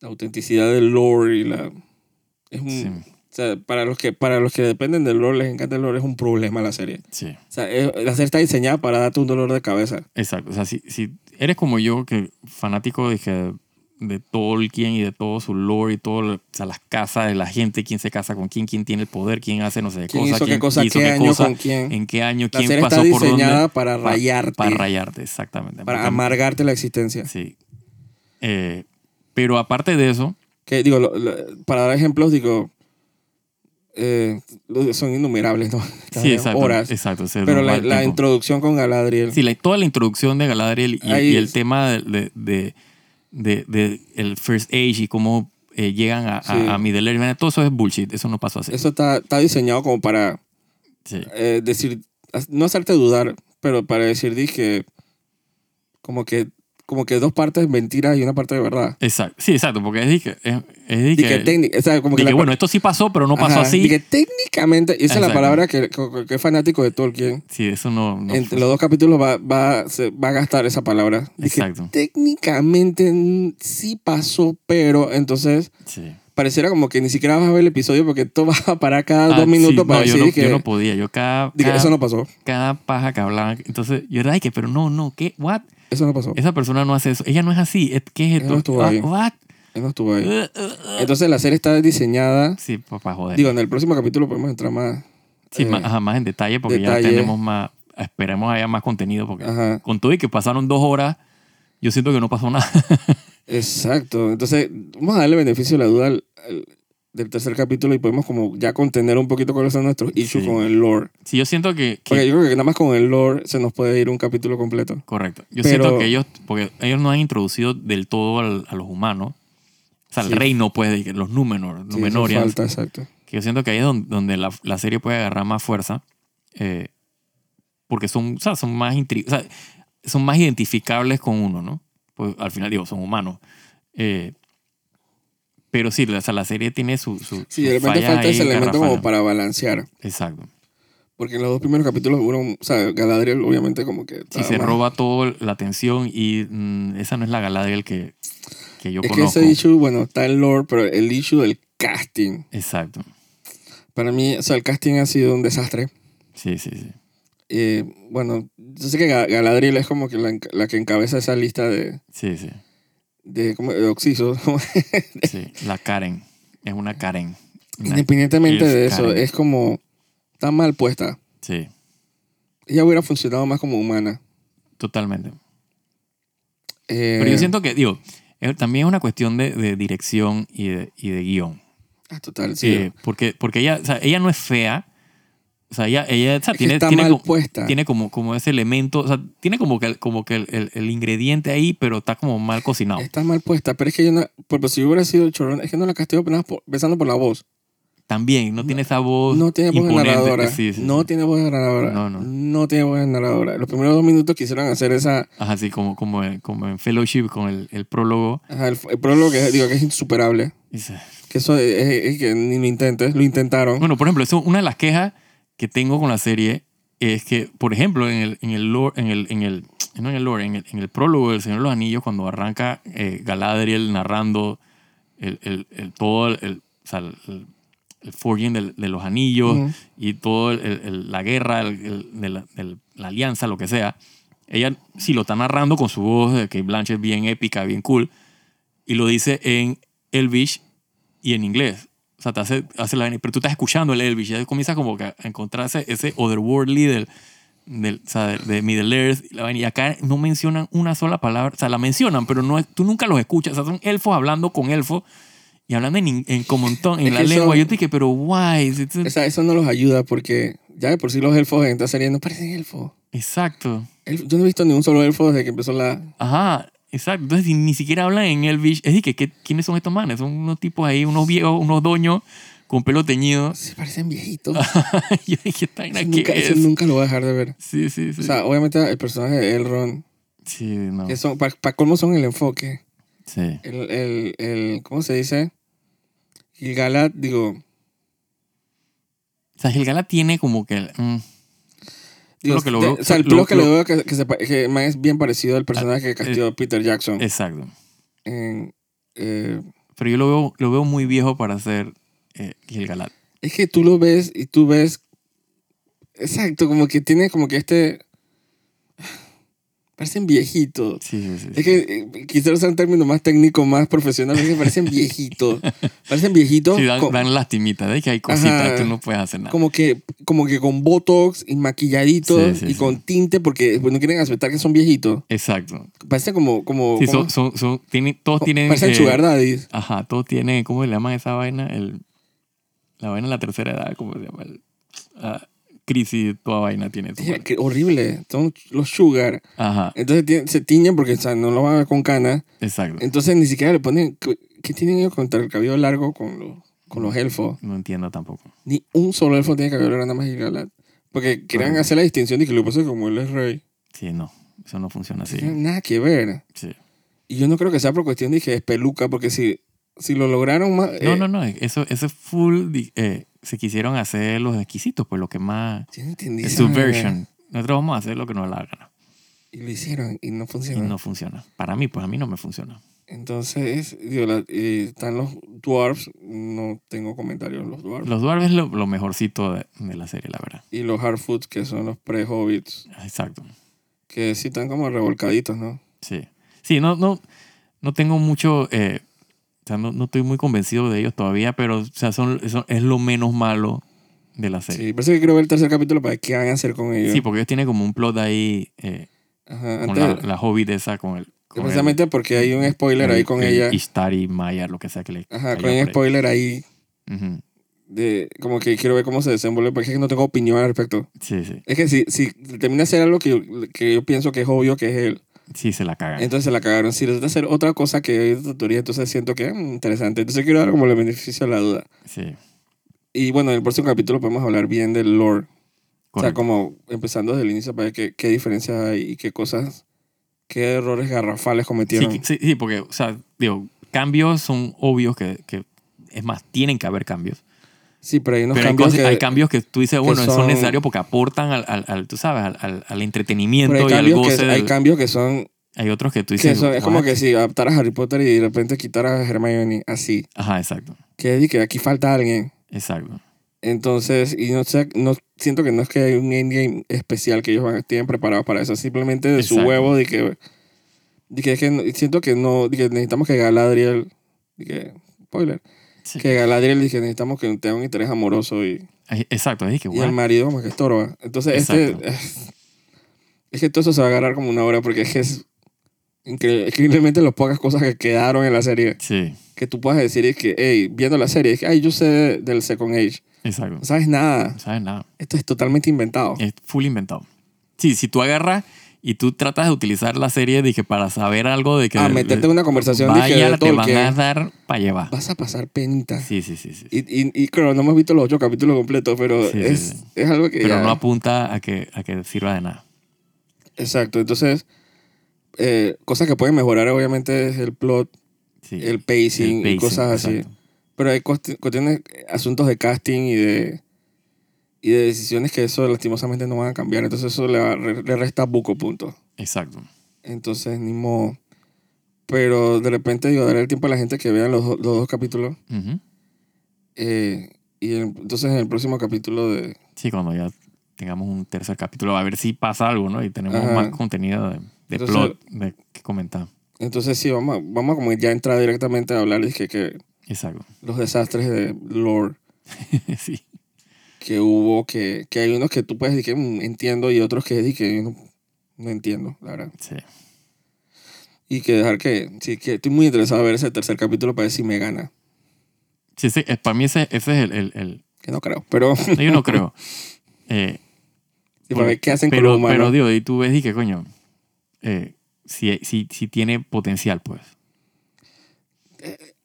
la autenticidad del lore y la... Es un,
Sí,
o sea, para los, que, para los que dependen del lore, les encanta el lore, es un problema la serie.
sí,
O sea, es- la serie está diseñada para darte un dolor de cabeza.
exacto. O sea, si, si eres como yo, que fanático de, que- de Tolkien y de todo su lore y todo, lo- o sea, las casas de la gente, quién se casa con quién, quién tiene el poder, quién hace no sé qué
¿Quién
cosa,
hizo qué cosa,
hizo
qué
qué
año,
cosa,
con quién?
en qué año,
La
quién
serie está
pasó por dónde,
diseñada para
pa-
rayarte,
para
para,
rayarte, exactamente.
amargarte la existencia.
Sí. Eh, pero aparte de eso,
Que, digo, lo- lo- para dar ejemplos, digo, eh, lo- son innumerables, ¿no?
sí, exacto.
Horas.
exacto se
Pero
nos va
la,
el
la
tiempo.
introducción con Galadriel.
Sí, la- toda la introducción de Galadriel y,
Ahí
y el
es.
tema de, de- de- de, de el First Age y cómo eh, llegan a, a-
Sí.
a Middle Earth. Todo eso es bullshit. Eso no pasó así.
Eso está, está diseñado como para
Sí.
eh, decir, no hacerte dudar, pero para decir, dije, como que, como que dos partes mentiras y una parte de verdad.
Exacto. Sí, exacto. Porque es de que... Es, es de
Dije,
que-
técnica, o sea, como que
de que,
la-
bueno, esto sí pasó, pero no pasó
Ajá,
así.
Dije, técnicamente, y esa es la
Exacto.
palabra que, que, que es fanático de Tolkien.
Sí, eso no... no pues.
en los dos capítulos va, va, se va a gastar esa palabra. Dije,
Exacto.
técnicamente mm, sí pasó, pero entonces
sí.
pareciera como que ni siquiera vas a ver el episodio porque tú vas a parar cada
Ah,
dos
sí,
minutos
no,
para
yo
decir
no,
que,
yo no podía. Yo cada,
dije,
cada,
eso no pasó,
cada paja que hablaban... Entonces yo era de que, pero no, no, ¿qué? ¿What?
eso no pasó,
Esa persona no hace eso. Ella no es así. ¿Et- ¿Qué es
Ella no
esto?
estuvo
Ah,
ahí.
what?
eso no estuvo ahí.
Uh, uh, uh.
Entonces la serie está diseñada,
Sí, papá, joder.
digo, en el próximo capítulo podemos entrar más.
sí,
eh,
más, ajá, más en detalle porque
detalle.
ya tenemos más... Esperemos haya más contenido porque
Ajá.
con todo y que pasaron dos horas, yo siento que no pasó nada.
Exacto. Entonces, vamos a darle beneficio de la duda al- al- del tercer capítulo y podemos como ya contener un poquito cuáles son nuestros issues
Sí.
con el lore.
sí, yo siento que... que-
Porque yo creo que nada más con el lore se nos puede ir un capítulo completo.
Correcto. Yo
Pero-
siento que ellos, porque ellos no han introducido del todo al- a los humanos, o sea, al
Sí.
reino, pues, de que los Númenor,
Sí, eso
Númenóreans,
falta, exacto.
que yo siento que ahí es don- donde, la, la serie puede agarrar más fuerza, eh, porque son, o sea, son más intri- o sea, son más identificables con uno, ¿no? Pues al final, digo, son humanos. Eh, pero sí, la, o sea, la serie tiene su. su
Sí,
sus
de repente
fallas
falta ese
ahí
elemento como
garrafales.
para balancear.
Exacto.
Porque en los dos primeros capítulos hubo, un- o sea, Galadriel obviamente como que...
Sí,
estaba
se
más-
roba toda la atención y mm, esa no es la Galadriel que, que yo
Es que
conozco.
ese issue, bueno, está el lore, pero el issue del casting.
Exacto.
Para mí, o sea, el casting ha sido un desastre.
Sí, sí, sí.
Eh, bueno, yo sé que Ga- Galadriel es como que la, enca- la que encabeza esa lista de,
Sí, sí.
de, como, de oxisos.
sí. La Karen. Es una Karen. Una-
Independientemente
es
de eso,
Karen.
es como está mal puesta.
sí,
Ella hubiera funcionado más como humana.
totalmente.
Eh,
Pero yo siento que, digo, eh, también es una cuestión de, de dirección y de, y de guión.
ah, total, sí.
Eh, porque, porque ella, o sea, ella no es fea. O sea, ella, ella o
Es
sea,
que
tiene,
está
tiene,
mal
como,
puesta.
tiene como, como ese elemento, o sea, tiene como que, el- como que el, el- el ingrediente ahí, pero está como mal cocinado.
Está mal puesta, pero es que yo no, por- por si hubiera sido chorón, es que no la castigo apenas por- pensando por la voz.
También, no tiene esa voz.
No tiene voz de
imponente.
narradora.
Sí, sí, sí.
no tiene voz de narradora.
No, no.
tiene voz de narradora. Los primeros dos minutos quisieron hacer esa,
Ajá, sí, como, como, en- como en Fellowship con el, el prólogo.
ajá, el, el prólogo que digo que es insuperable.
Dice,
Que eso es, es- es que ni lo intentes, lo intentaron.
Bueno, por ejemplo, eso, una de las quejas que tengo con la serie es que, por ejemplo, en el, en el lore, en el, en el, no en el lore, en el, en el prólogo del Señor de los Anillos, cuando arranca eh, Galadriel narrando el, el- el- todo el, el- o sea, el- el- el forging del- de los anillos
Ujú.
y toda la guerra, el- el- de la, de la alianza, lo que sea, ella sí lo está narrando con su voz de que Blanche es bien épica, bien cool, y lo dice en Elvish y en inglés. O sea, te hace, hace la vaina, pero tú estás escuchando el Elvish, ya comienza como que a encontrarse ese otherworldly del, del, o sea, de, de Middle Earth. y la vaina. Y acá no mencionan una sola palabra, o sea, la mencionan, pero no es- tú nunca los escuchas. O sea, son elfos hablando con elfos y hablando en, in- en comontón, en
Es
la
que son-
lengua. Yo te dije, pero guay. si tú-
O sea, eso no los ayuda porque ya de por sí los elfos en esta serie no parecen elfos.
Exacto.
Elf- yo no he visto ni un solo elfo desde que empezó la...
Ajá, exacto. Entonces ni, ni siquiera hablan en Elvish. Es decir, que, que- ¿quiénes son estos manes? Son unos tipos ahí, unos viejos, unos doños con pelo teñido.
Se parecen viejitos.
Yo dije, ¿esta vaina
Eso
Ah, qué
nunca, eso
es?
nunca lo voy a dejar de ver.
Sí, sí, sí.
O sea, obviamente el personaje de Elrond,
sí, no.
que son, para colmo son el enfoque.
Sí.
El, el, el, ¿cómo se dice? Gilgalad, digo,
O sea, Gilgala tiene como que... mm,
digo
Lo que Eh, lo
de-
veo-
o sea, el
lo-
pelo que
lo-
le veo que, que, se pa- que más es bien parecido al personaje que castigó Peter Jackson
exacto.
en, eh,
Pero yo lo veo, lo veo muy viejo para ser eh, Gilgalad.
Es que tú lo ves y tú ves. Exacto, como que tiene como que este. Parecen viejitos.
Sí, sí, sí.
Es que eh, quisiera usar un término más técnico, más profesional. Es que parecen viejitos. Parecen viejitos.
Sí, dan,
co-
dan lastimitas. Es que hay cositas,
Ajá.
tú no puedes hacer nada.
como, que, como que con botox y maquilladitos
Sí, sí,
y
sí.
con tinte porque pues, no quieren aceptar que son viejitos.
Exacto.
Parecen como. como,
Sí,
como-
son, son, son- tienen, todos tienen...
parecen
eh,
sugar daddies.
Ajá, todo tiene, ¿cómo le llaman esa vaina? El, la vaina de la tercera edad, ¿cómo se llama? El, ah, crisis toda vaina tiene su
Mira,
vaina.
qué horrible. Son los sugar.
Ajá,
Entonces ti- se tiñen porque o sea, no lo van a ver con canas.
exacto.
Entonces ni siquiera le ponen. ¿Qué qué tienen ellos contra el cabello largo con los, con los elfos?
No entiendo tampoco.
Ni un solo elfo tiene cabello largo nada más Gilgalad. Porque querían hacer la distinción de que lo que pasa es que como él es rey.
Sí, no, eso no
No
funciona así.
tiene nada que ver.
Sí.
Y yo no creo que sea por cuestión de que es peluca, porque si, si lo lograron más.
No,
eh,
no, no, eso, eso es full. di- eh, se quisieron hacer los exquisitos, pues lo que más.
Yo no entendí.
Es
esa vaina.
subversion. Nosotros vamos a hacer lo que nos da la gana.
Y lo hicieron y no
Y
funcionó.
no funciona. Para mí, pues a mí no me funciona.
Entonces, digo, la- eh, están los dwarfs. No tengo comentarios los dwarfs.
Los Dwarves es lo, lo mejorcito de, de la serie, la verdad.
Y los hardfoots, que son los pre-hobbits.
Exacto.
Que sí están como revolcaditos, ¿no?
Sí. Sí, no, no, no tengo mucho. eh, o sea, no, no estoy muy convencido de ellos todavía, pero o sea, son, son- es lo menos malo de la
Sí.
serie.
Parece que quiero ver el tercer capítulo para ver qué van a hacer con
Sí,
ellos.
porque ellos tienen como un plot ahí eh,
Ajá,
con
antes-
la, la hobbit esa, con el. Con el-
precisamente porque hay un spoiler ahí con
el
ella.
Ishtar y Maya, lo que sea que le.
Ajá,
cayó
con un
por ahí.
spoiler ahí.
Ujú.
De, como que quiero ver cómo se desenvuelve, porque es que no tengo opinión al respecto.
Sí, sí.
Es que si, si termina de hacer algo que yo, que yo pienso que es obvio que es él,
Sí, se la cagan.
entonces se la cagaron. Si resulta hacer otra cosa que es de teoría, entonces siento que es interesante. Entonces quiero dar como el beneficio a la duda.
Sí.
Y bueno, en el próximo capítulo podemos hablar bien del lore. O sea,
correcto.
como empezando desde el inicio para ver qué, qué diferencias hay y qué cosas, qué errores garrafales
Sí,
cometieron.
que- sí, sí, porque, o sea, digo, cambios son obvios que, que- es más, tienen que haber cambios.
Sí, pero hay unos
pero hay
cambios
cosas- hay,
que...
cambios que tú dices, bueno, son,
son-
necesarios porque aportan al, al, al- tú sabes, al, al- al
pero
entretenimiento
hay
y al
cambios,
goce.
que,
del-
hay
Hay,
cambios que son...
otros que
Que
tú dices.
son- es como
"What?".
que si adaptaras a Harry Potter y de repente quitaras a Hermione así.
Ajá, exacto,
Que es de que aquí falta alguien.
exacto.
Entonces, y no sé, no siento que no es que hay un endgame especial que ellos van, tienen preparado para eso, simplemente de su
Exacto.
huevo, de que, de que, es que no- siento que no, de que necesitamos que Galadriel, de que, spoiler,
Sí.
que Galadriel, de que necesitamos que tenga un interés amoroso y,
Ay, Exacto, es que,
y el
"What?".
marido como que estorba. Entonces, este,
Exacto.
es, que todo eso se va a agarrar como una hora porque es que es increíble, increíblemente las pocas cosas que quedaron en la serie,
Sí,
que tú puedas decir es que, hey, viendo la serie, es que, ay, yo sé del Second Age,
exacto.
no sabes nada.
No sabes nada.
Esto es totalmente inventado.
Es full inventado. Sí, si tú agarras y tú tratas de utilizar la serie, dije, para saber algo de que.
a Ah, meterte en una conversación dije,
Vaya,
de
te van a
Tolkien,
dar para llevar.
vas a pasar penita.
Sí, sí, sí, sí.
Y, y, y claro, no hemos visto los ocho capítulos completos, pero
Sí, sí,
es,
sí.
es algo que
Pero
ya...
no apunta a que, a que sirva de nada.
Exacto, entonces, eh, cosas que pueden mejorar obviamente es el plot,
Sí.
el pacing,
El
y cosas así.
exacto.
Pero hay cuest- cuestiones, asuntos de casting y de, y de decisiones que eso lastimosamente no van a cambiar, entonces eso le, va- re- le resta buco punto.
Exacto.
Entonces, ni modo. Pero de repente, digo, darle el tiempo a la gente que vean los, do- los dos capítulos.
Ujú.
Eh, y el- entonces en el próximo capítulo de...
Sí, cuando ya tengamos un tercer capítulo, a ver si pasa algo, ¿no? Y tenemos
Ajá.
más contenido de, de
Entonces-
plot de que comentar.
Entonces sí, vamos a, vamos a como ya entrar directamente a hablar de que, que
Exacto.
los desastres de lore
sí.
que hubo, que, que hay unos que tú puedes decir que "Mm, entiendo y otros que di que no, no entiendo, la verdad.
Sí.
Y que dejar que... Sí, que estoy muy interesado a ver ese tercer capítulo para ver si me gana.
Sí, ese- eh, para mí ese, ese es el, el- el-
Que no creo, pero
no, Yo no creo. Eh,
sí, para ver qué hacen con
pero,
los humanos.
pero, digo, y tú ves y que, coño, eh, si, si, si tiene potencial, pues.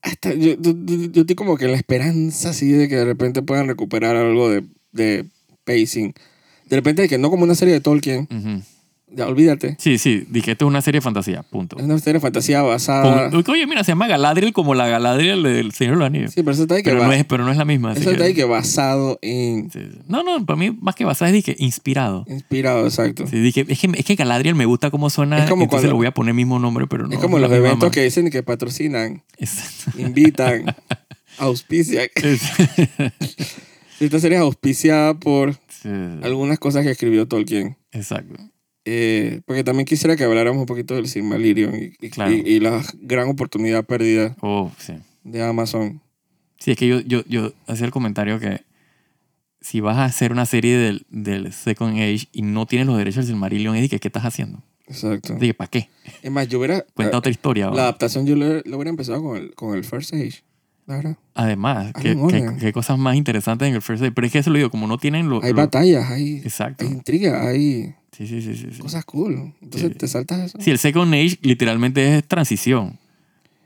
Hasta- yo, yo- yo- yo estoy como que en la esperanza así de que de repente puedan recuperar algo de, de pacing. De repente de que no como una serie de Tolkien,
Ujú.
ya olvídate.
Sí, sí. Dije, esto es una serie de fantasía, punto.
Es una serie de fantasía basada.
Con- oye, mira, se llama Galadriel como la Galadriel del Señor de los Anillos.
Sí, pero eso está ahí que,
pero,
va-
no es, pero no es la misma. así
eso está
que-
ahí que basado en.
Sí, sí. No, no, para mí más que basada es dije, inspirado.
Inspirado, exacto.
Sí, dije, es, que, es que Galadriel me gusta cómo suena,
Es como
entonces
cuando-
le voy a poner mismo nombre, pero no.
es como
no
los
mi
eventos
mamá.
que dicen que patrocinan,
Exacto.
invitan, auspician.
Sí, sí, sí.
Esta serie es auspiciada por
Sí,
algunas cosas que escribió Tolkien.
Exacto.
Eh, porque también quisiera que habláramos un poquito del Silmarillion y, y,
Claro.
y- y la gran oportunidad perdida
Oh, sí.
de Amazon.
Sí, es que yo, yo, yo hacía el comentario que si vas a hacer una serie del, del Second Age y no tienes los derechos del Silmarillion, es dije, ¿qué estás haciendo?
Exacto.
Dije, ¿para qué?
Es más, yo hubiera. ah,
Cuenta otra historia.
Eh, La
¿va?
adaptación yo lo, lo hubiera empezado con el, con el First Age. la verdad.
Además,
Hay
que,
un
que hay,
orden.
que hay cosas más interesantes en el first date. Pero es que eso lo digo, como no tienen lo.
Hay
lo-
batallas, hay,
exacto.
hay intriga, hay
Sí, sí, sí, sí. sí.
cosas cool. Entonces
Sí.
te saltas eso.
Sí, el second age literalmente es transición.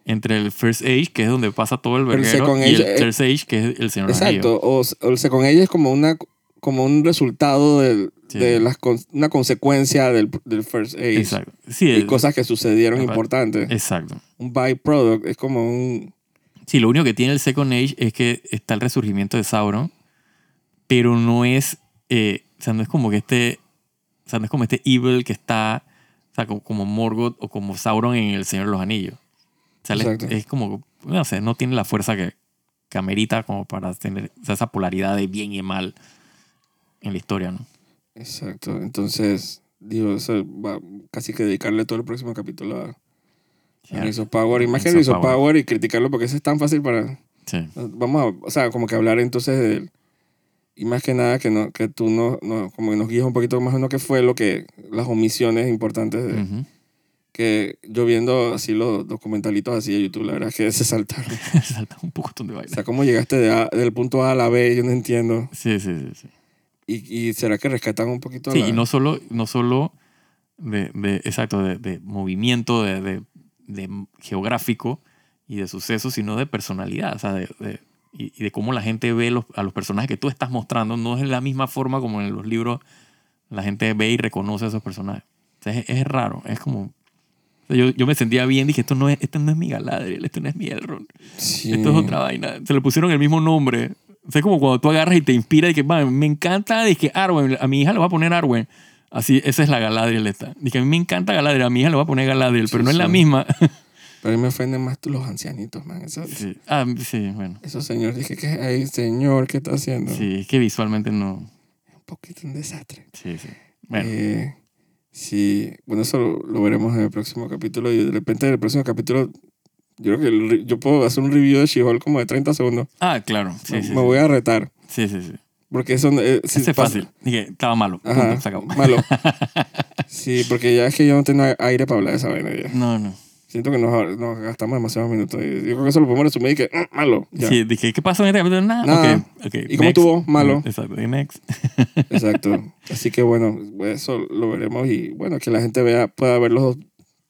Entre el first age, que es donde pasa todo el
Pero el
verguero,
second
y el
age, eh,
third age, que es el señor Anillo.
Exacto. O, s- o sea, con ella es como una como un resultado del-
Sí.
de las con- una consecuencia del, del first age.
Exacto. Sí,
Y
el-
cosas que sucedieron
Exacto.
importantes.
exacto.
Un byproduct es como un
Sí, lo único que tiene el Second Age es que está el resurgimiento de Sauron, pero no es, eh, o sea, no es como que este, o sea, no es como este evil que está, o sea, como, como Morgoth o como Sauron en El Señor de los Anillos. O sea, él es-
Exacto.
es como, no sé, no tiene la fuerza que, que amerita como para tener o sea, esa polaridad de bien y mal en la historia, ¿no?
Exacto. Entonces, digo, eso va casi que dedicarle todo el próximo capítulo a,
Sí,
a Rings of Power. Y más que
Rings
Rings
of
of Power. y criticarlo porque eso es tan fácil para...
sí,
Vamos a, o sea, como que hablar entonces del... Y más que nada que, no, que tú no, no- como que nos guías un poquito más o menos qué fue lo que... Las omisiones importantes de-
Ujú.
que yo viendo así los documentalitos así de YouTube, la verdad es que se saltaron.
Salta un poco de
O
baile.
sea, ¿cómo llegaste de A- del punto A a la B? Yo no entiendo.
Sí, sí, sí. sí.
¿Y, y será que rescatan un poquito
Sí,
la-
y no solo, no solo de, de- exacto, de, de movimiento, de, de- de geográfico y de sucesos, sino de personalidad, o sea, de, de- y, y de cómo la gente ve los- a los personajes que tú estás mostrando. No es la misma forma como en los libros la gente ve y reconoce a esos personajes. O sea, es, es raro, es como... o sea, yo, yo me sentía bien, dije, esto no es, esto no es mi Galadriel, esto no es mi Elrond.
Sí.
Esto es otra vaina. Se le pusieron el mismo nombre. O sea, es como cuando tú agarras y te inspira y que, "Man, me encanta, dije, Arwen, a mi hija le voy a poner Arwen. Así, esa es la Galadriel esta. Dije, a mí me encanta Galadriel, a mi hija le voy a poner Galadriel, pero
Sí,
no es la
sí.
misma.
Pero a mí me ofenden más los ancianitos, man. Eso,
sí. Ah, sí, bueno.
Eso, señor, dije que ay, señor, ¿qué está haciendo?
Sí, es que visualmente no.
Un poquito un desastre.
Sí, sí. Bueno,
Eh, sí, bueno, eso lo, lo veremos en el próximo capítulo. Y de repente, en el próximo capítulo, yo creo que el re- yo puedo hacer un review de She-Hulk como de 30 segundos.
ah, claro. Sí,
me
sí, sí.
me voy a retar.
sí, sí, sí.
Porque eso. no- eh, sí
Ese es
pasa-
fácil. Dije, estaba malo. Punto,
Ajá,
se acabó.
malo. Sí, porque ya es que yo no tengo aire para hablar de esa vaina. ya.
No, no.
Siento que nos, nos gastamos demasiados minutos. Y Yo creo que eso lo podemos resumir y que, mm, malo. ya.
Sí, dije, ¿qué pasó en este capítulo? Nada.
Nada.
Ok, ok,
¿Y cómo
next. Mm,
estuvo? Malo.
Exacto, y next.
Exacto. Así que bueno, eso lo veremos y bueno, que la gente vea, pueda ver los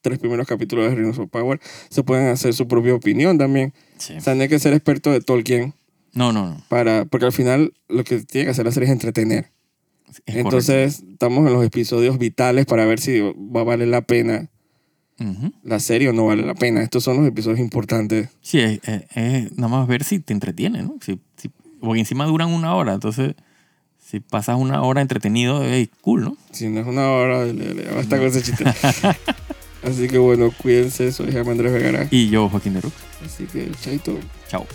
tres primeros capítulos de Rings of Power. Se pueden hacer su propia opinión también.
Sí.
O sea, no hay que ser experto de Tolkien
No, no, no.
para, porque al final lo que tiene que hacer la serie es entretener.
Es correcto.
Entonces, estamos en los episodios vitales para ver si va a valer la pena
Ujú.
la serie o no vale la pena. Estos son los episodios importantes.
Sí, es, es- es nada más ver si te entretiene, ¿no? Si, si- porque encima duran una hora, entonces si pasas una hora entretenido, es cool, ¿no?
Si no es una hora, le, le basta con ese chiste. Así que bueno, cuídense. Soy Jaime Andrés Vergara.
Y yo, Joaquín de Rux.
Así que, chaito.
Chao.